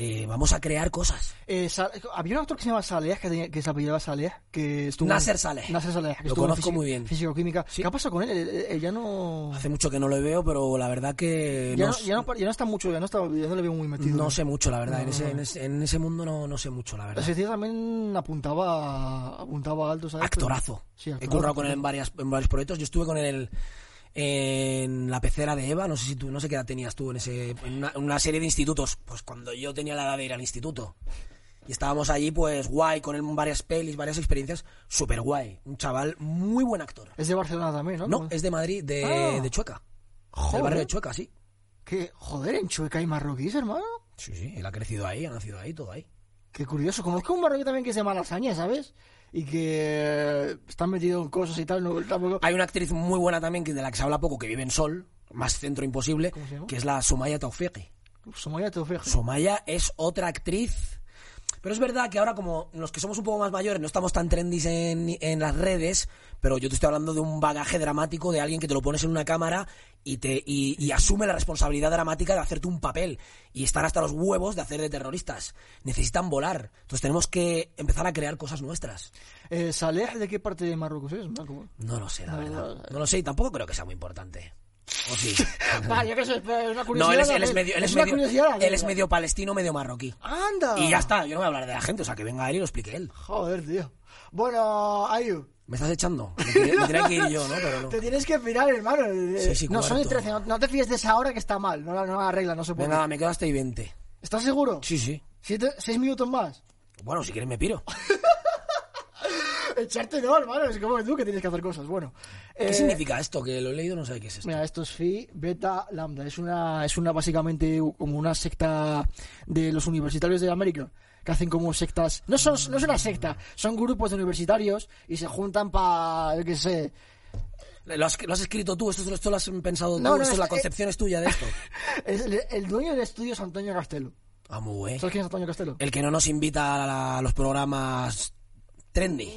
[SPEAKER 2] Eh, vamos a crear cosas.
[SPEAKER 1] eh, Sa- había un actor que se llamaba Saleh, que, tenía- que se apellidaba Saleh, que estuvo.
[SPEAKER 2] Nasser Saleh.
[SPEAKER 1] Nasser Saleh, que
[SPEAKER 2] Lo
[SPEAKER 1] estuvo en
[SPEAKER 2] conozco
[SPEAKER 1] fisi-
[SPEAKER 2] muy bien.
[SPEAKER 1] Fisicoquímica.
[SPEAKER 2] Sí.
[SPEAKER 1] ¿Qué ha pasado con él? Él- Él él ya no.
[SPEAKER 2] Hace mucho que no lo veo, pero la verdad que
[SPEAKER 1] Ya
[SPEAKER 2] no,
[SPEAKER 1] no, ya, no, par- ya no está mucho, ya no, está, ya no le veo muy metido.
[SPEAKER 2] no sé mucho, la verdad. en, ese, en ese- en ese mundo no, no sé mucho, la
[SPEAKER 1] La
[SPEAKER 2] verdad.
[SPEAKER 1] serie también apuntaba, apuntaba alto, ¿sabes? Pero-
[SPEAKER 2] Actorazo.
[SPEAKER 1] Sí,
[SPEAKER 2] He
[SPEAKER 1] actorazo.
[SPEAKER 2] currado con él en, varias, en varios proyectos. Yo estuve con él en la pecera de Eva. No sé si tú, no sé qué edad tenías tú en, ese, en una, en una serie de institutos. Pues cuando yo tenía la edad de ir al instituto. Y estábamos allí, pues guay, con él en varias pelis, varias experiencias. Súper guay. Un chaval muy buen actor.
[SPEAKER 1] Pues, Es de Barcelona también, ¿no?
[SPEAKER 2] No, es de Madrid, de,
[SPEAKER 1] pues. Ah.
[SPEAKER 2] de Chueca. Del
[SPEAKER 1] Joder.
[SPEAKER 2] barrio de Chueca, sí.
[SPEAKER 1] Que, joder, en Chueca hay marroquíes, hermano.
[SPEAKER 2] Sí, sí. Él ha crecido ahí, ha nacido ahí, todo ahí.
[SPEAKER 1] Qué curioso. Conozco un marroquí también que se llama Lasaña, ¿sabes? Y que eh, está metido en cosas y tal. No, tampoco...
[SPEAKER 2] Hay una actriz muy buena también, que de la que se habla poco, que vive en Sol, más centro imposible,
[SPEAKER 1] ¿Cómo se llama?
[SPEAKER 2] que es la Sumaya Taufequi.
[SPEAKER 1] Somalia te ofrece.
[SPEAKER 2] Somaya es otra actriz. Pero es verdad que ahora, como los que somos un poco más mayores, no estamos tan trendy en, en las redes, pero yo te estoy hablando de un bagaje dramático de alguien que te lo pones en una cámara y, te, y, y asume la responsabilidad dramática de hacerte un papel y estar hasta los huevos de hacer de terroristas. Necesitan volar. Entonces tenemos que empezar a crear cosas nuestras.
[SPEAKER 1] Eh, Saleh, ¿de qué parte de Marruecos es? No, ¿Cómo?
[SPEAKER 2] No lo sé, la
[SPEAKER 1] No,
[SPEAKER 2] verdad.
[SPEAKER 1] no,
[SPEAKER 2] No lo sé y tampoco creo que sea muy importante. O sí.
[SPEAKER 1] Ah, yo qué sé, pero es una curiosidad.
[SPEAKER 2] No, él es, él
[SPEAKER 1] ¿no?
[SPEAKER 2] es medio, él
[SPEAKER 1] Es
[SPEAKER 2] es
[SPEAKER 1] una
[SPEAKER 2] medio-
[SPEAKER 1] curiosidad. Ah.
[SPEAKER 2] él es medio palestino, medio marroquí.
[SPEAKER 1] ¡Anda!
[SPEAKER 2] Y ya está, yo no voy a hablar de la gente, o sea, que venga él y lo explique él.
[SPEAKER 1] Joder, tío. Bueno, Ayu,
[SPEAKER 2] ¿Me estás echando? Me tenía, me tenía que ir yo, ¿no? Pero no.
[SPEAKER 1] te tienes que pirar, hermano. Eh,
[SPEAKER 2] Sí, sí,
[SPEAKER 1] no, son de
[SPEAKER 2] cuarto.
[SPEAKER 1] 13. No, no te fíes de esa hora que está mal. No la no la arregla, no se puede.
[SPEAKER 2] Venga, me quedo hasta y 20.
[SPEAKER 1] ¿Estás seguro?
[SPEAKER 2] Sí, sí.
[SPEAKER 1] Siete- ¿Seis minutos más?
[SPEAKER 2] Bueno, si quieres me piro.
[SPEAKER 1] Echarte no, hermano. Es como tú que tienes que hacer cosas. Bueno.
[SPEAKER 2] ¿Qué
[SPEAKER 1] eh,
[SPEAKER 2] significa esto? Que lo he leído, no sé qué es esto.
[SPEAKER 1] Mira, esto es Phi Beta Lambda. Es una, es una básicamente como una secta de los universitarios de América que hacen como sectas. No son, no es una secta, son grupos de universitarios y se juntan para, yo qué sé.
[SPEAKER 2] ¿Lo has, lo has escrito tú? ¿Esto, esto lo has pensado tú?
[SPEAKER 1] No, no,
[SPEAKER 2] ¿Esto
[SPEAKER 1] es-
[SPEAKER 2] la concepción es tuya de esto?
[SPEAKER 1] Es el, el dueño del estudio es Antonio Castelo.
[SPEAKER 2] Ah, muy bueno.
[SPEAKER 1] ¿Sabes quién es Antonio Castelo?
[SPEAKER 2] El que no nos invita a, la- a los programas trendy.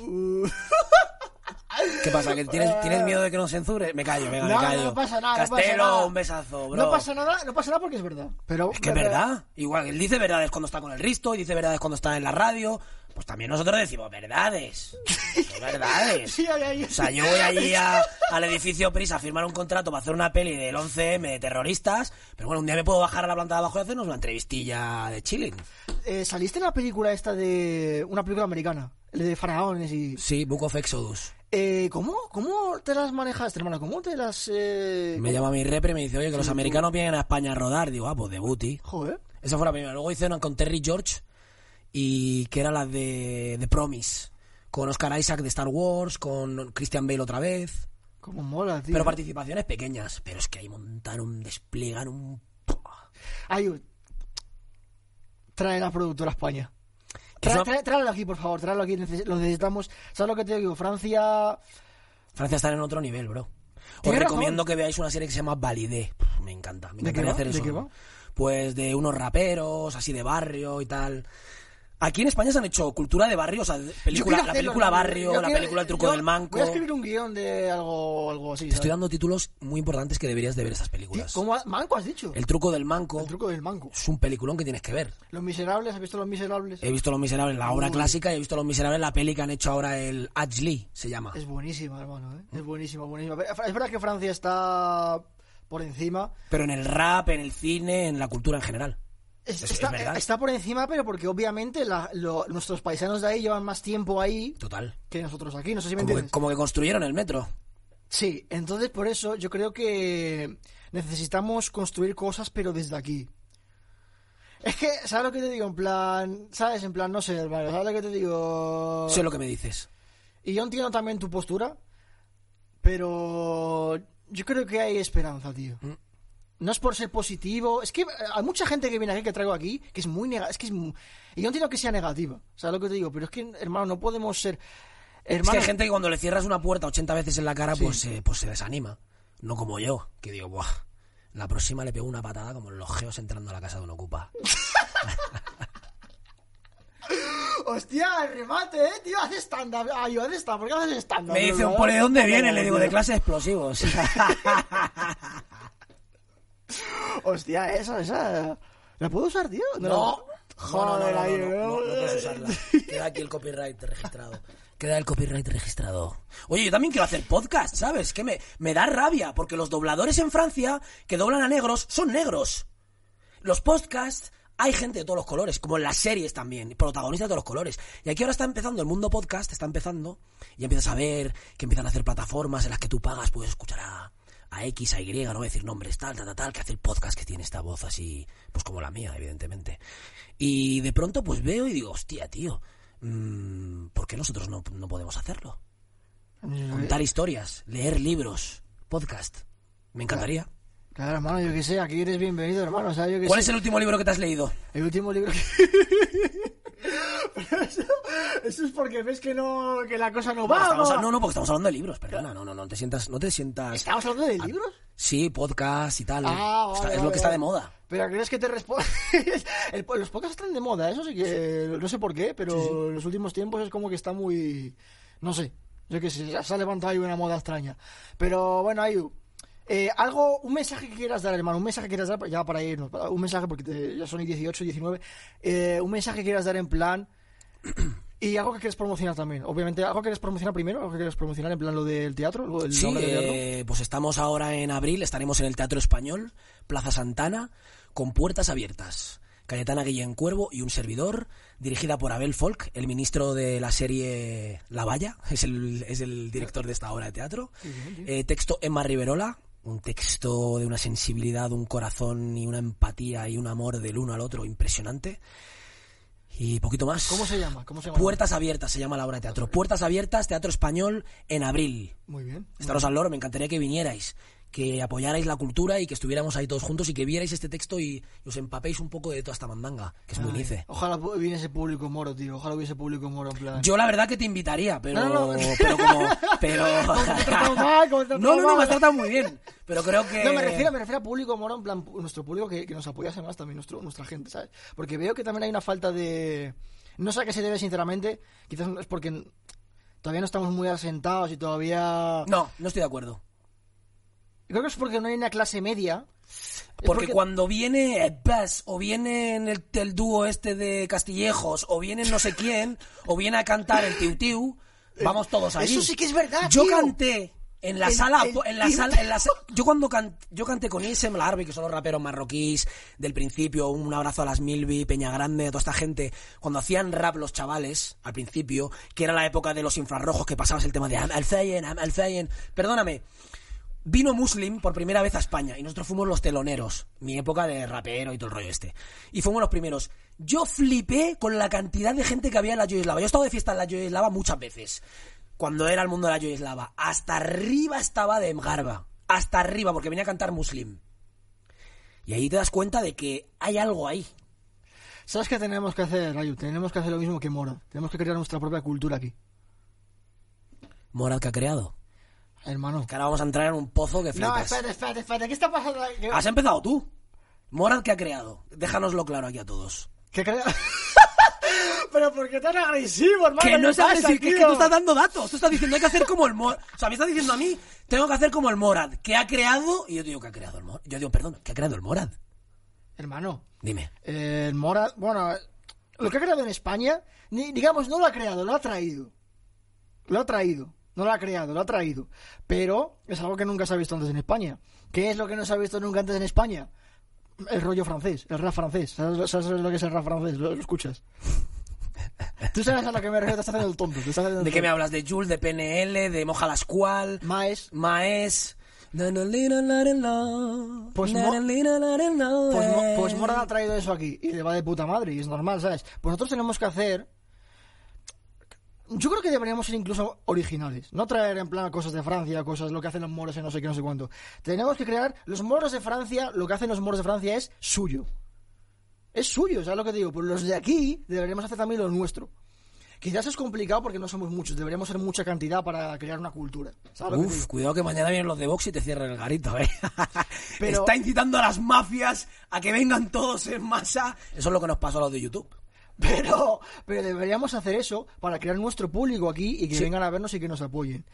[SPEAKER 2] ¿Qué pasa? ¿Que tienes, ¿Tienes miedo de que nos censure? Me callo, venga,
[SPEAKER 1] No,
[SPEAKER 2] me callo.
[SPEAKER 1] no pasa nada, no pasa
[SPEAKER 2] Castelo,
[SPEAKER 1] nada.
[SPEAKER 2] un besazo, bro.
[SPEAKER 1] No pasa nada, no pasa nada porque es verdad. Pero
[SPEAKER 2] Es que es verdad. Igual, él dice verdades cuando está con el Risto, y dice verdades cuando está en la radio. Pues también nosotros decimos verdades. Son verdades.
[SPEAKER 1] Sí, ahí, ahí.
[SPEAKER 2] O sea, yo voy allí a- al edificio Prisa a firmar un contrato para hacer una peli del 11M de terroristas. Pero bueno, un día me puedo bajar a la planta de abajo y hacernos una entrevistilla de chilling.
[SPEAKER 1] Eh, saliste en la película esta de una película americana, de faraones y
[SPEAKER 2] Sí, Book of Exodus.
[SPEAKER 1] Eh, ¿cómo, ¿Cómo te las manejaste, hermano? ¿Cómo te las...? Eh...
[SPEAKER 2] Me llama mi repre y me dice, oye, que los americanos vienen a España a rodar. Digo, ah, pues de booty.
[SPEAKER 1] Joder.
[SPEAKER 2] Esa fue la primera. Luego hice una con Terry George y que era la de, de Promise. Con Oscar Isaac de Star Wars, con Christian Bale otra vez.
[SPEAKER 1] Cómo mola, tío.
[SPEAKER 2] Pero participaciones pequeñas. Pero es que ahí montaron, desplegaron.
[SPEAKER 1] Ayu, trae la productora a España.
[SPEAKER 2] Es
[SPEAKER 1] Tra-
[SPEAKER 2] una-
[SPEAKER 1] tra- Tráelo aquí, por favor, tráelo aquí. neces- Lo necesitamos. ¿Sabes lo que te digo? Francia...
[SPEAKER 2] Francia está en otro nivel, bro. Os
[SPEAKER 1] Tienes razón.
[SPEAKER 2] recomiendo que veáis una serie que se llama Validé. Me encanta. Me
[SPEAKER 1] ¿De qué
[SPEAKER 2] encantaría
[SPEAKER 1] va?
[SPEAKER 2] hacer
[SPEAKER 1] ¿De
[SPEAKER 2] eso.
[SPEAKER 1] qué va?
[SPEAKER 2] Pues de unos raperos, así de barrio y tal. Aquí en España se han hecho cultura de barrio, o sea, de película-
[SPEAKER 1] Yo quiero
[SPEAKER 2] la
[SPEAKER 1] hacerlo,
[SPEAKER 2] película
[SPEAKER 1] hermano.
[SPEAKER 2] Barrio,
[SPEAKER 1] Yo
[SPEAKER 2] la
[SPEAKER 1] quiero-
[SPEAKER 2] película El truco
[SPEAKER 1] yo
[SPEAKER 2] del manco.
[SPEAKER 1] Voy a escribir un guión de algo, algo así.
[SPEAKER 2] Te estoy
[SPEAKER 1] ¿sabes?
[SPEAKER 2] dando títulos muy importantes que deberías de ver esas
[SPEAKER 1] Tío,
[SPEAKER 2] películas.
[SPEAKER 1] ¿Cómo? ha- ¿Manco has dicho?
[SPEAKER 2] El truco del manco
[SPEAKER 1] El truco del manco.
[SPEAKER 2] es un peliculón que tienes que ver.
[SPEAKER 1] Los miserables, ¿has visto los miserables?
[SPEAKER 2] He visto Los Miserables, la obra
[SPEAKER 1] Uy.
[SPEAKER 2] clásica, y he visto Los Miserables, la peli que han hecho ahora el Ashley, se llama.
[SPEAKER 1] Es buenísima, hermano, ¿eh? Es buenísima, buenísima. Pero Es verdad que Francia está por encima.
[SPEAKER 2] Pero en el rap, en el cine, en la cultura en general.
[SPEAKER 1] Es-
[SPEAKER 2] Es- es
[SPEAKER 1] está,
[SPEAKER 2] verdad.
[SPEAKER 1] está por encima, pero porque obviamente la- lo- nuestros paisanos de ahí llevan más tiempo ahí
[SPEAKER 2] Total.
[SPEAKER 1] que nosotros aquí, no sé si me
[SPEAKER 2] Como que,
[SPEAKER 1] entiendes.
[SPEAKER 2] como que construyeron el metro.
[SPEAKER 1] Sí, entonces por eso yo creo que necesitamos construir cosas, pero desde aquí. Es que, ¿sabes lo que te digo? En plan, ¿sabes? En plan, no sé, hermano, ¿sabes lo que te digo?
[SPEAKER 2] Sé lo que me dices.
[SPEAKER 1] Y yo entiendo también tu
[SPEAKER 2] Mm.
[SPEAKER 1] postura, pero yo creo que hay esperanza, tío. No es por ser positivo. Es que eh, hay mucha gente que viene aquí, que traigo aquí, que es muy negativa. Es que es mu- Y yo entiendo que sea negativa. ¿Sabes lo que te digo? Pero es que, hermano, no podemos ser.
[SPEAKER 2] Es que
[SPEAKER 1] Hermano,
[SPEAKER 2] hay gente que cuando le cierras una puerta 80 veces en la cara, pues, se- pues se desanima. No como yo, que digo, buah, la próxima le pego una patada como los geos entrando a la casa de un ocupa.
[SPEAKER 1] Hostia, el remate, eh, tío, haz stand-up. Ay, haz stand ¿por qué haces stand-up?
[SPEAKER 2] Me dice un
[SPEAKER 1] bro?
[SPEAKER 2] poli, ¿de dónde viene? Le digo, de
[SPEAKER 1] tío.
[SPEAKER 2] clase de explosivos.
[SPEAKER 1] Hostia, esa, esa. ¿La puedo usar, tío?
[SPEAKER 2] No.
[SPEAKER 1] Joder,
[SPEAKER 2] no, no,
[SPEAKER 1] ahí, eh.
[SPEAKER 2] no, no, no, no, no puedes usarla. Queda aquí el copyright registrado. Queda el copyright registrado. Oye, yo también quiero hacer podcast, ¿sabes? Que me, me da rabia, porque los dobladores en Francia que doblan a negros son negros. Los podcasts hay gente de todos los colores, como en las series también, protagonistas de todos los colores. Y aquí ahora está empezando el mundo podcast, está empezando, y empiezas a ver que empiezan a hacer plataformas en las que tú pagas, puedes escuchar a, a X, a Y, no voy a decir nombres, tal, tal, tal, tal, que hace el podcast que tiene esta voz así, pues como la mía, evidentemente. Y de pronto pues veo y digo, hostia, tío, mm, ¿por qué nosotros no, no podemos hacerlo?
[SPEAKER 1] Eh.
[SPEAKER 2] Contar historias, leer libros, podcast. Me encantaría.
[SPEAKER 1] Claro, hermano, yo qué sé, aquí eres bienvenido, hermano. O sea, yo qué
[SPEAKER 2] ¿Cuál
[SPEAKER 1] sé.
[SPEAKER 2] es el último libro que te has leído?
[SPEAKER 1] El último libro que. Pero eso, eso es porque ves que no. que la cosa no va.
[SPEAKER 2] Estamos-
[SPEAKER 1] va.
[SPEAKER 2] no, no, porque estamos hablando de libros, perdona, no, no, no te sientas, no te sientas.
[SPEAKER 1] ¿Estamos hablando de libros?
[SPEAKER 2] Sí, podcast y tal.
[SPEAKER 1] Ah, vale,
[SPEAKER 2] Está- es
[SPEAKER 1] vale,
[SPEAKER 2] lo que está
[SPEAKER 1] vale.
[SPEAKER 2] de moda.
[SPEAKER 1] Pero crees que te responde. los podcasts están de moda, eso sí que. No sé por qué, pero en los últimos tiempos es como que está muy. No sé. Yo que sé, se ha levantado ahí una moda extraña. Pero bueno, Ayu. eh, algo, un mensaje que quieras dar, hermano, un mensaje que quieras dar, ya para irnos, para- un mensaje porque te- ya son 18, 19, eh, un mensaje que quieras dar en plan y algo que quieres promocionar también, obviamente, algo que quieres promocionar primero, algo que quieres promocionar en plan lo del teatro, lo, el
[SPEAKER 2] Sí,
[SPEAKER 1] nombre del teatro.
[SPEAKER 2] eh, pues estamos ahora en abril, estaremos en el Teatro Español, Plaza Santana, con puertas abiertas. Cayetana Guillén Cuervo y un servidor, dirigida por Abel Folk, el ministro de la serie La Valla, es el, es el director de esta obra de teatro. Eh, texto Emma Riverola, un texto de una sensibilidad, un corazón y una empatía y un amor del uno al otro impresionante. Y poquito más.
[SPEAKER 1] ¿Cómo se llama? ¿Cómo se llama?
[SPEAKER 2] Puertas Abiertas se llama la obra de teatro. Puertas Abiertas, Teatro Español, en abril.
[SPEAKER 1] Muy bien.
[SPEAKER 2] Estaros al loro, me encantaría que vinierais, que apoyarais la cultura y que estuviéramos ahí todos juntos y que vierais este texto y, y os empapéis un poco de toda esta mandanga, que es muy nice.
[SPEAKER 1] Ojalá pu- viniese público moro, tío. Ojalá hubiese público moro en plan.
[SPEAKER 2] Yo la verdad que te invitaría, pero,
[SPEAKER 1] No, no, no.
[SPEAKER 2] pero como, pero...
[SPEAKER 1] te he tratado mal, como te he tratado
[SPEAKER 2] no, no, no,
[SPEAKER 1] mal.
[SPEAKER 2] me has tratado muy bien, pero creo que...
[SPEAKER 1] No, me refiero, me refiero a público moro, en plan, pu- nuestro público que, que nos apoyase más también, nuestro, nuestra gente, ¿sabes? Porque veo que también hay una falta de... No sé a qué se debe, sinceramente. Quizás es porque n- todavía no estamos muy asentados y todavía...
[SPEAKER 2] No, no estoy de acuerdo.
[SPEAKER 1] Creo que es porque no hay una clase media.
[SPEAKER 2] Porque,
[SPEAKER 1] porque-
[SPEAKER 2] cuando viene Bass, o viene en el, el dúo este de Castillejos, o viene no sé quién, o viene a cantar el Tiu Tiu, vamos todos allí.
[SPEAKER 1] Eso sí que es verdad,
[SPEAKER 2] Yo
[SPEAKER 1] tío.
[SPEAKER 2] canté en la
[SPEAKER 1] El-
[SPEAKER 2] sala,
[SPEAKER 1] el
[SPEAKER 2] en la
[SPEAKER 1] Tiu
[SPEAKER 2] sala, en la sa- yo cuando can- yo canté con E Isem Larbi, que son los raperos marroquíes del principio, un abrazo a las Milby, Peña Grande, a toda esta gente, cuando hacían rap los chavales, al principio, que era la época de los infrarrojos, que pasabas el tema de Am Alzayen, Am Alzayen, perdóname, Vino Muslim por primera vez a España y nosotros fuimos los teloneros, mi época de rapero y todo el rollo este. Y fuimos los primeros. Yo flipé con la cantidad de gente que había en la Yugoslava. Yo he estado de fiesta en la Yugoslava muchas veces, cuando era el mundo de la Yugoslava. Hasta arriba estaba de Garba, hasta arriba, porque venía a cantar Muslim. Y ahí te das cuenta de que hay algo ahí.
[SPEAKER 1] ¿Sabes qué tenemos que hacer, Rayu? Tenemos que hacer lo mismo que moro. Tenemos que crear nuestra propia cultura aquí.
[SPEAKER 2] Moral que ha creado.
[SPEAKER 1] Hermano.
[SPEAKER 2] Que ahora vamos a entrar en un pozo que
[SPEAKER 1] No,
[SPEAKER 2] flipas. Ah,
[SPEAKER 1] espérate, espérate, espérate. ¿Qué está pasando? ¿Qué,
[SPEAKER 2] Has empezado tú. Moral que ha creado. Déjanoslo claro aquí a todos.
[SPEAKER 1] qué crea- Pero ¿por qué tan agresivo, hermano?
[SPEAKER 2] Que
[SPEAKER 1] ¿Qué
[SPEAKER 2] no sabes
[SPEAKER 1] pasa,
[SPEAKER 2] decir, que, es que
[SPEAKER 1] tío?
[SPEAKER 2] no estás dando datos. Tú estás diciendo, hay que hacer como el Morad. O sea, me estás diciendo a mí, tengo que hacer como el Morad, que ha creado. Y yo digo, que ha creado el Morad? Yo digo, perdón, que ha creado el Morad?
[SPEAKER 1] Hermano.
[SPEAKER 2] Dime.
[SPEAKER 1] Eh, el Mora, bueno, lo que ha creado en España, ni- digamos, no lo ha creado, lo ha traído. Lo ha traído, no lo ha creado, lo ha traído. Pero es algo que nunca se ha visto antes en España. ¿Qué es lo que no se ha visto nunca antes en España? El rollo francés, el rap francés. ¿Sabes, lo- sabes lo que es el rap francés? Lo, lo escuchas. Tú sabes a lo que me refiero, te estás haciendo el tonto. Te estás haciendo el
[SPEAKER 2] ¿De qué me
[SPEAKER 1] tonto.
[SPEAKER 2] hablas? ¿De Jules, de PNL, de Moja Lascual,
[SPEAKER 1] Maes,
[SPEAKER 2] Maes?
[SPEAKER 1] Pues
[SPEAKER 2] Pues,
[SPEAKER 1] mo- Pues, Mo- pues Morad ha traído eso aquí y le va de puta madre y es normal, ¿sabes? Pues nosotros tenemos que hacer... Yo creo que deberíamos ser incluso originales. No traer en plan cosas de Francia, cosas lo que hacen los moros en no sé qué, no sé cuánto. Tenemos que crear los moros de Francia, lo que hacen los moros de Francia es suyo. Es suyo, ¿sabes lo que te digo? Pues los de aquí deberíamos hacer también lo nuestro. Quizás es complicado porque no somos muchos, deberíamos ser mucha cantidad para crear una cultura. ¿sabes lo que te
[SPEAKER 2] Uf,
[SPEAKER 1] digo?
[SPEAKER 2] cuidado que mañana vienen los de Vox y te cierran el garito, ¿eh?
[SPEAKER 1] Pero-
[SPEAKER 2] Está incitando a las mafias a que vengan todos en masa. Eso es lo que nos pasó a los de YouTube.
[SPEAKER 1] Pero, pero deberíamos hacer eso para crear nuestro público aquí y que
[SPEAKER 2] Sí.
[SPEAKER 1] vengan a vernos y que nos apoyen.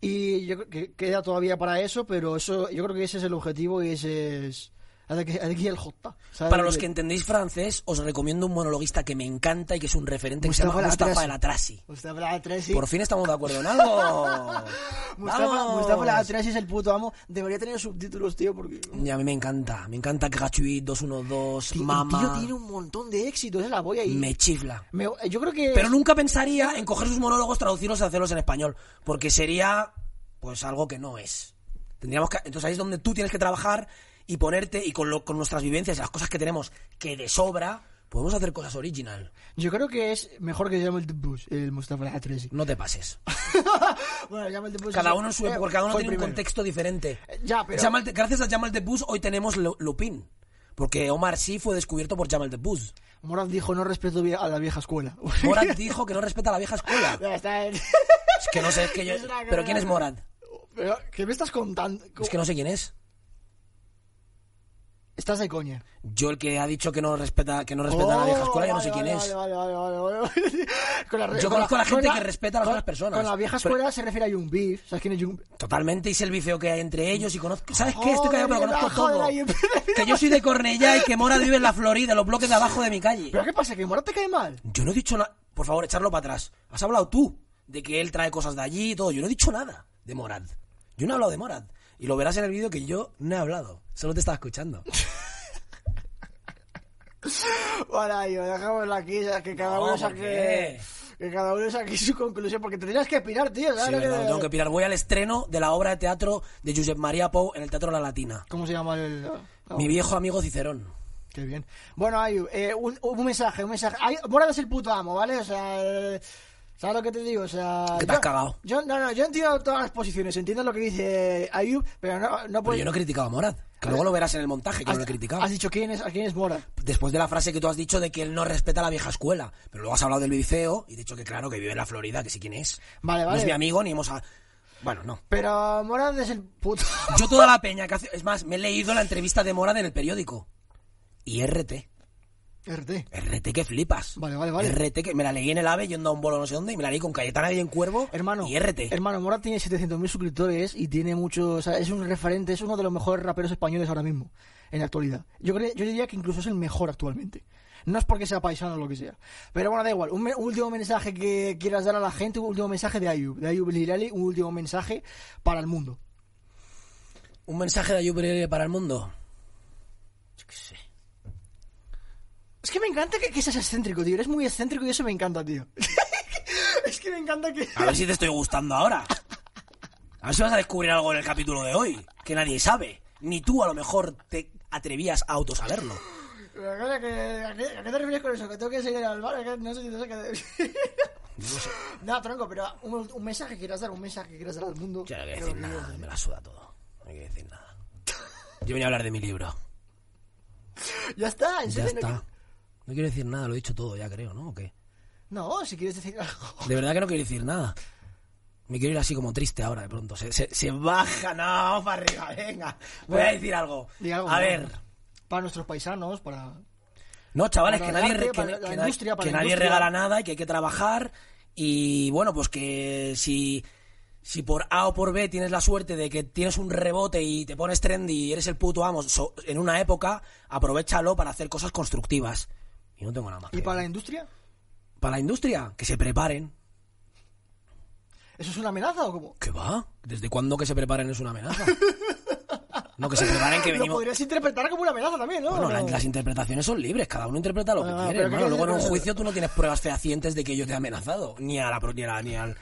[SPEAKER 1] Y yo creo que queda todavía para eso, pero eso yo creo que ese es el objetivo y ese es... Aquí aquí el J. ¿sabes?
[SPEAKER 2] Para los
[SPEAKER 1] De-
[SPEAKER 2] que entendéis francés, os recomiendo un monologuista que me encanta y que es un referente que se
[SPEAKER 1] Mustafa
[SPEAKER 2] llama Mustafa
[SPEAKER 1] Latrasi.
[SPEAKER 2] El Atrasi.
[SPEAKER 1] Mustafa la Atresi.
[SPEAKER 2] Por fin estamos de acuerdo en algo.
[SPEAKER 1] Mustafa,
[SPEAKER 2] ¡Vamos!
[SPEAKER 1] Mustafa la Atresi es el puto amo. Debería tener subtítulos, tío, porque...
[SPEAKER 2] Y a mí me encanta, me encanta Gachuit 212,
[SPEAKER 1] Tío, el
[SPEAKER 2] Mama,
[SPEAKER 1] tío tiene un montón de éxitos, es la voy ahí.
[SPEAKER 2] me chifla.
[SPEAKER 1] Me- yo creo que...
[SPEAKER 2] Pero nunca pensaría en coger sus monólogos, traducirlos y hacerlos en español, porque sería pues algo que no es. Tendríamos que, entonces ahí es donde tú tienes que trabajar y ponerte y con, lo- con nuestras vivencias y las cosas que tenemos que de sobra podemos hacer cosas original.
[SPEAKER 1] Yo creo que es mejor que se llame el Bush, el Mustafa la Atresi.
[SPEAKER 2] No te pases.
[SPEAKER 1] bueno, llama el Bush.
[SPEAKER 2] Cada uno en su
[SPEAKER 1] Eh,
[SPEAKER 2] porque cada uno
[SPEAKER 1] fue
[SPEAKER 2] tiene
[SPEAKER 1] el
[SPEAKER 2] un
[SPEAKER 1] primero.
[SPEAKER 2] contexto diferente.
[SPEAKER 1] Eh, ya, pero-
[SPEAKER 2] Jamal de- gracias a Jamal de Bus hoy tenemos Lu- Lupin, porque Omar sí fue descubierto por Jamal de Bus.
[SPEAKER 1] Moraz dijo, no respeto vie- a la vieja escuela.
[SPEAKER 2] Morad dijo que no respeta la vieja escuela.
[SPEAKER 1] Ya está, eh.
[SPEAKER 2] Es que no sé, es que yo...
[SPEAKER 1] Es una
[SPEAKER 2] Pero ¿quién es
[SPEAKER 1] cagada.
[SPEAKER 2] Morad?
[SPEAKER 1] Pero, ¿qué me estás contando?
[SPEAKER 2] Es que no sé quién es.
[SPEAKER 1] Estás de coña.
[SPEAKER 2] Yo el que ha dicho que no respeta, que no respeta la vieja escuela, yo no sé
[SPEAKER 1] Oh, vale,
[SPEAKER 2] quién
[SPEAKER 1] vale,
[SPEAKER 2] es.
[SPEAKER 1] Vale, vale, vale, vale, vale. Con la re-
[SPEAKER 2] Yo
[SPEAKER 1] con
[SPEAKER 2] conozco a la gente
[SPEAKER 1] con
[SPEAKER 2] que respeta a las
[SPEAKER 1] con-
[SPEAKER 2] otras personas.
[SPEAKER 1] Con la vieja
[SPEAKER 2] Pero-
[SPEAKER 1] escuela se refiere a Young Beef. ¿Sabes quién es Young Beef?
[SPEAKER 2] Totalmente, y sé el bifeo que hay entre ellos y conozco... ¿Sabes qué? Estoy
[SPEAKER 1] Joder,
[SPEAKER 2] callado, pero
[SPEAKER 1] mira,
[SPEAKER 2] conozco
[SPEAKER 1] joder,
[SPEAKER 2] todo.
[SPEAKER 1] ahí-
[SPEAKER 2] Que yo soy de Cornellá y que Morad vive en la Florida, los bloques de abajo de mi calle.
[SPEAKER 1] ¿Pero qué pasa? ¿Que Moraz te cae mal?
[SPEAKER 2] Yo no he dicho nada. Por favor, echarlo para atrás. Has hablado tú de que él trae cosas de allí y todo. Yo no he dicho nada de Morad. Yo no he hablado de Morad. Y lo verás en el vídeo que yo no he hablado. Solo te estaba escuchando.
[SPEAKER 1] Vale, yo dejámoslo aquí, ya que cada
[SPEAKER 2] No,
[SPEAKER 1] uno
[SPEAKER 2] ¿por
[SPEAKER 1] saque...
[SPEAKER 2] qué?
[SPEAKER 1] Que cada uno saque su conclusión, porque tendrías que pirar, tío. ¿sabes
[SPEAKER 2] Sí,
[SPEAKER 1] lo que
[SPEAKER 2] verdad,
[SPEAKER 1] te-
[SPEAKER 2] tengo que pirar. Voy al estreno de la obra de teatro de Josep María Pou en el Teatro La Latina.
[SPEAKER 1] ¿Cómo se llama el...? Ah,
[SPEAKER 2] Mi viejo amigo Cicerón.
[SPEAKER 1] Qué bien. Bueno, Ayu, eh, un, un mensaje, un mensaje. Ay, Morad es el puto amo, ¿vale? O sea, eh, ¿sabes lo que te digo? O sea,
[SPEAKER 2] Que te has
[SPEAKER 1] yo-
[SPEAKER 2] cagado.
[SPEAKER 1] Yo, no, no, yo entiendo todas las posiciones, entiendo lo que dice Ayub, pero no, no
[SPEAKER 2] Pero
[SPEAKER 1] puedes.
[SPEAKER 2] yo no he criticado a Morad. Que luego lo verás en el montaje, que no lo he criticado.
[SPEAKER 1] Pues Has dicho quién es, a quién es Morad.
[SPEAKER 2] Después de la frase que tú has dicho de que él no respeta la vieja escuela. Pero luego has hablado del bifeo y dicho que claro, que vive en la Florida, que sí quién es.
[SPEAKER 1] Vale,
[SPEAKER 2] No
[SPEAKER 1] vale.
[SPEAKER 2] es mi amigo ni hemos... a- Bueno, no.
[SPEAKER 1] Pero Morad es el puto.
[SPEAKER 2] Yo toda la peña que hace... Es más, me he leído la entrevista de Morad en el periódico. Y RT.
[SPEAKER 1] RT.
[SPEAKER 2] RT que flipas.
[SPEAKER 1] Vale, vale, vale.
[SPEAKER 2] RT que me la leí en el AVE yendo a un bolo no sé dónde y me la leí con Cayetana y en Cuervo.
[SPEAKER 1] Hermano,
[SPEAKER 2] Y RT.
[SPEAKER 1] hermano, Morad tiene 700.000 suscriptores y tiene mucho, o sea, es un referente, es uno de los mejores raperos españoles ahora mismo, en la actualidad. Yo, cre- yo diría que incluso es el mejor actualmente. No es porque sea paisano o lo que sea. Pero bueno, da igual. Un me- último mensaje que quieras dar a la gente, un último mensaje de Ayub, de Ayub Lilali, un último mensaje para el mundo.
[SPEAKER 2] Un mensaje de Ayub para el mundo.
[SPEAKER 1] Es que me encanta que, que seas excéntrico, tío. Eres muy excéntrico y eso me encanta, tío. es que me encanta que...
[SPEAKER 2] A ver si te estoy gustando ahora. A ver si vas a descubrir algo en el capítulo de hoy que nadie sabe. Ni tú a lo mejor te atrevías a autosaberlo.
[SPEAKER 1] Pero, cara, que- ¿A qué, a qué te refieres con eso? ¿Que tengo que seguir al bar? Que No sé si te sé qué... No, tronco, pero un, un mensaje que quieras dar, un mensaje que quieras dar al mundo.
[SPEAKER 2] Yo no quiero
[SPEAKER 1] Creo
[SPEAKER 2] decir
[SPEAKER 1] que-
[SPEAKER 2] nada, me la suda todo. No quiero decir nada. Yo venía a hablar de mi libro.
[SPEAKER 1] Ya está, en
[SPEAKER 2] Ya
[SPEAKER 1] serio, no-
[SPEAKER 2] está. No quiero decir nada, lo he dicho todo ya creo, ¿no? ¿O qué?
[SPEAKER 1] No, si quieres decir algo.
[SPEAKER 2] De verdad que no quiero decir nada. Me quiero ir así como triste ahora de pronto. Se, se- se baja, no, vamos para arriba, venga. Voy a decir algo.
[SPEAKER 1] Di algo,
[SPEAKER 2] a
[SPEAKER 1] ¿no?
[SPEAKER 2] ver.
[SPEAKER 1] Para nuestros paisanos, para.
[SPEAKER 2] No, chavales,
[SPEAKER 1] Para
[SPEAKER 2] que
[SPEAKER 1] el
[SPEAKER 2] nadie,
[SPEAKER 1] arte,
[SPEAKER 2] re- que,
[SPEAKER 1] para la
[SPEAKER 2] que nadie-
[SPEAKER 1] industria, para
[SPEAKER 2] que
[SPEAKER 1] la
[SPEAKER 2] nadie
[SPEAKER 1] industria.
[SPEAKER 2] regala nada y que hay que trabajar. Y bueno, pues que si, si por A o por B tienes la suerte de que tienes un rebote y te pones trendy y eres el puto amo so- en una época, aprovechalo para hacer cosas constructivas. Y no tengo nada más.
[SPEAKER 1] ¿Y
[SPEAKER 2] que-
[SPEAKER 1] para la industria?
[SPEAKER 2] para la industria, que se preparen.
[SPEAKER 1] ¿Eso es una amenaza o cómo?
[SPEAKER 2] ¿Qué va? ¿Desde cuándo que se preparen es una amenaza? No, que se preparen que
[SPEAKER 1] Lo
[SPEAKER 2] venimos.
[SPEAKER 1] podrías interpretar como una amenaza también, ¿no?
[SPEAKER 2] Bueno,
[SPEAKER 1] ¿O
[SPEAKER 2] la-
[SPEAKER 1] no?
[SPEAKER 2] las interpretaciones son libres, cada uno interpreta lo que
[SPEAKER 1] Ah,
[SPEAKER 2] quiere.
[SPEAKER 1] pero que-
[SPEAKER 2] hermano. Luego en un juicio tú no tienes pruebas fehacientes de que yo te he amenazado, ni a la pro- ni, a la- ni al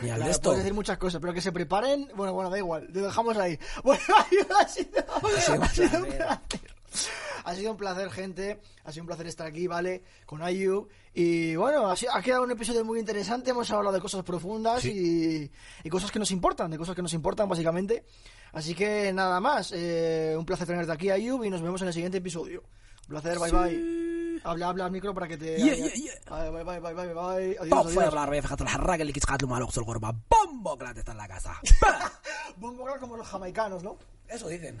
[SPEAKER 2] ni al
[SPEAKER 1] Claro,
[SPEAKER 2] de esto.
[SPEAKER 1] puedes decir muchas cosas, pero que se preparen. Bueno, bueno, da igual, lo dejamos ahí. Bueno, ha sido, ha sido-
[SPEAKER 2] sido un
[SPEAKER 1] ha sido un
[SPEAKER 2] placer.
[SPEAKER 1] placer.
[SPEAKER 3] Ha
[SPEAKER 1] sido un placer, gente. Ha sido un placer estar aquí, ¿vale? Con Ayu. Y bueno, ha, sido- ha quedado un episodio muy interesante. Hemos hablado de cosas profundas y, y cosas que nos importan, de cosas que nos importan, básicamente. Así que nada más. eh, un placer tenerte aquí, Ayu, y nos vemos en el siguiente episodio. Un placer, bye bye. Habla, habla al micro para que te.
[SPEAKER 2] Yeah, yeah, yeah.
[SPEAKER 1] Ay, Bye, bye, bye, bye, bye. Adiós,
[SPEAKER 2] طب فاير
[SPEAKER 1] adiós.
[SPEAKER 2] بالعربيه في خاطر الحراق اللي كيتقاتلوا مع الوقت الغربه بومبو كلا تحت لا كاسا
[SPEAKER 1] Bongo Rock como los jamaicanos, ¿no?
[SPEAKER 2] eso dicen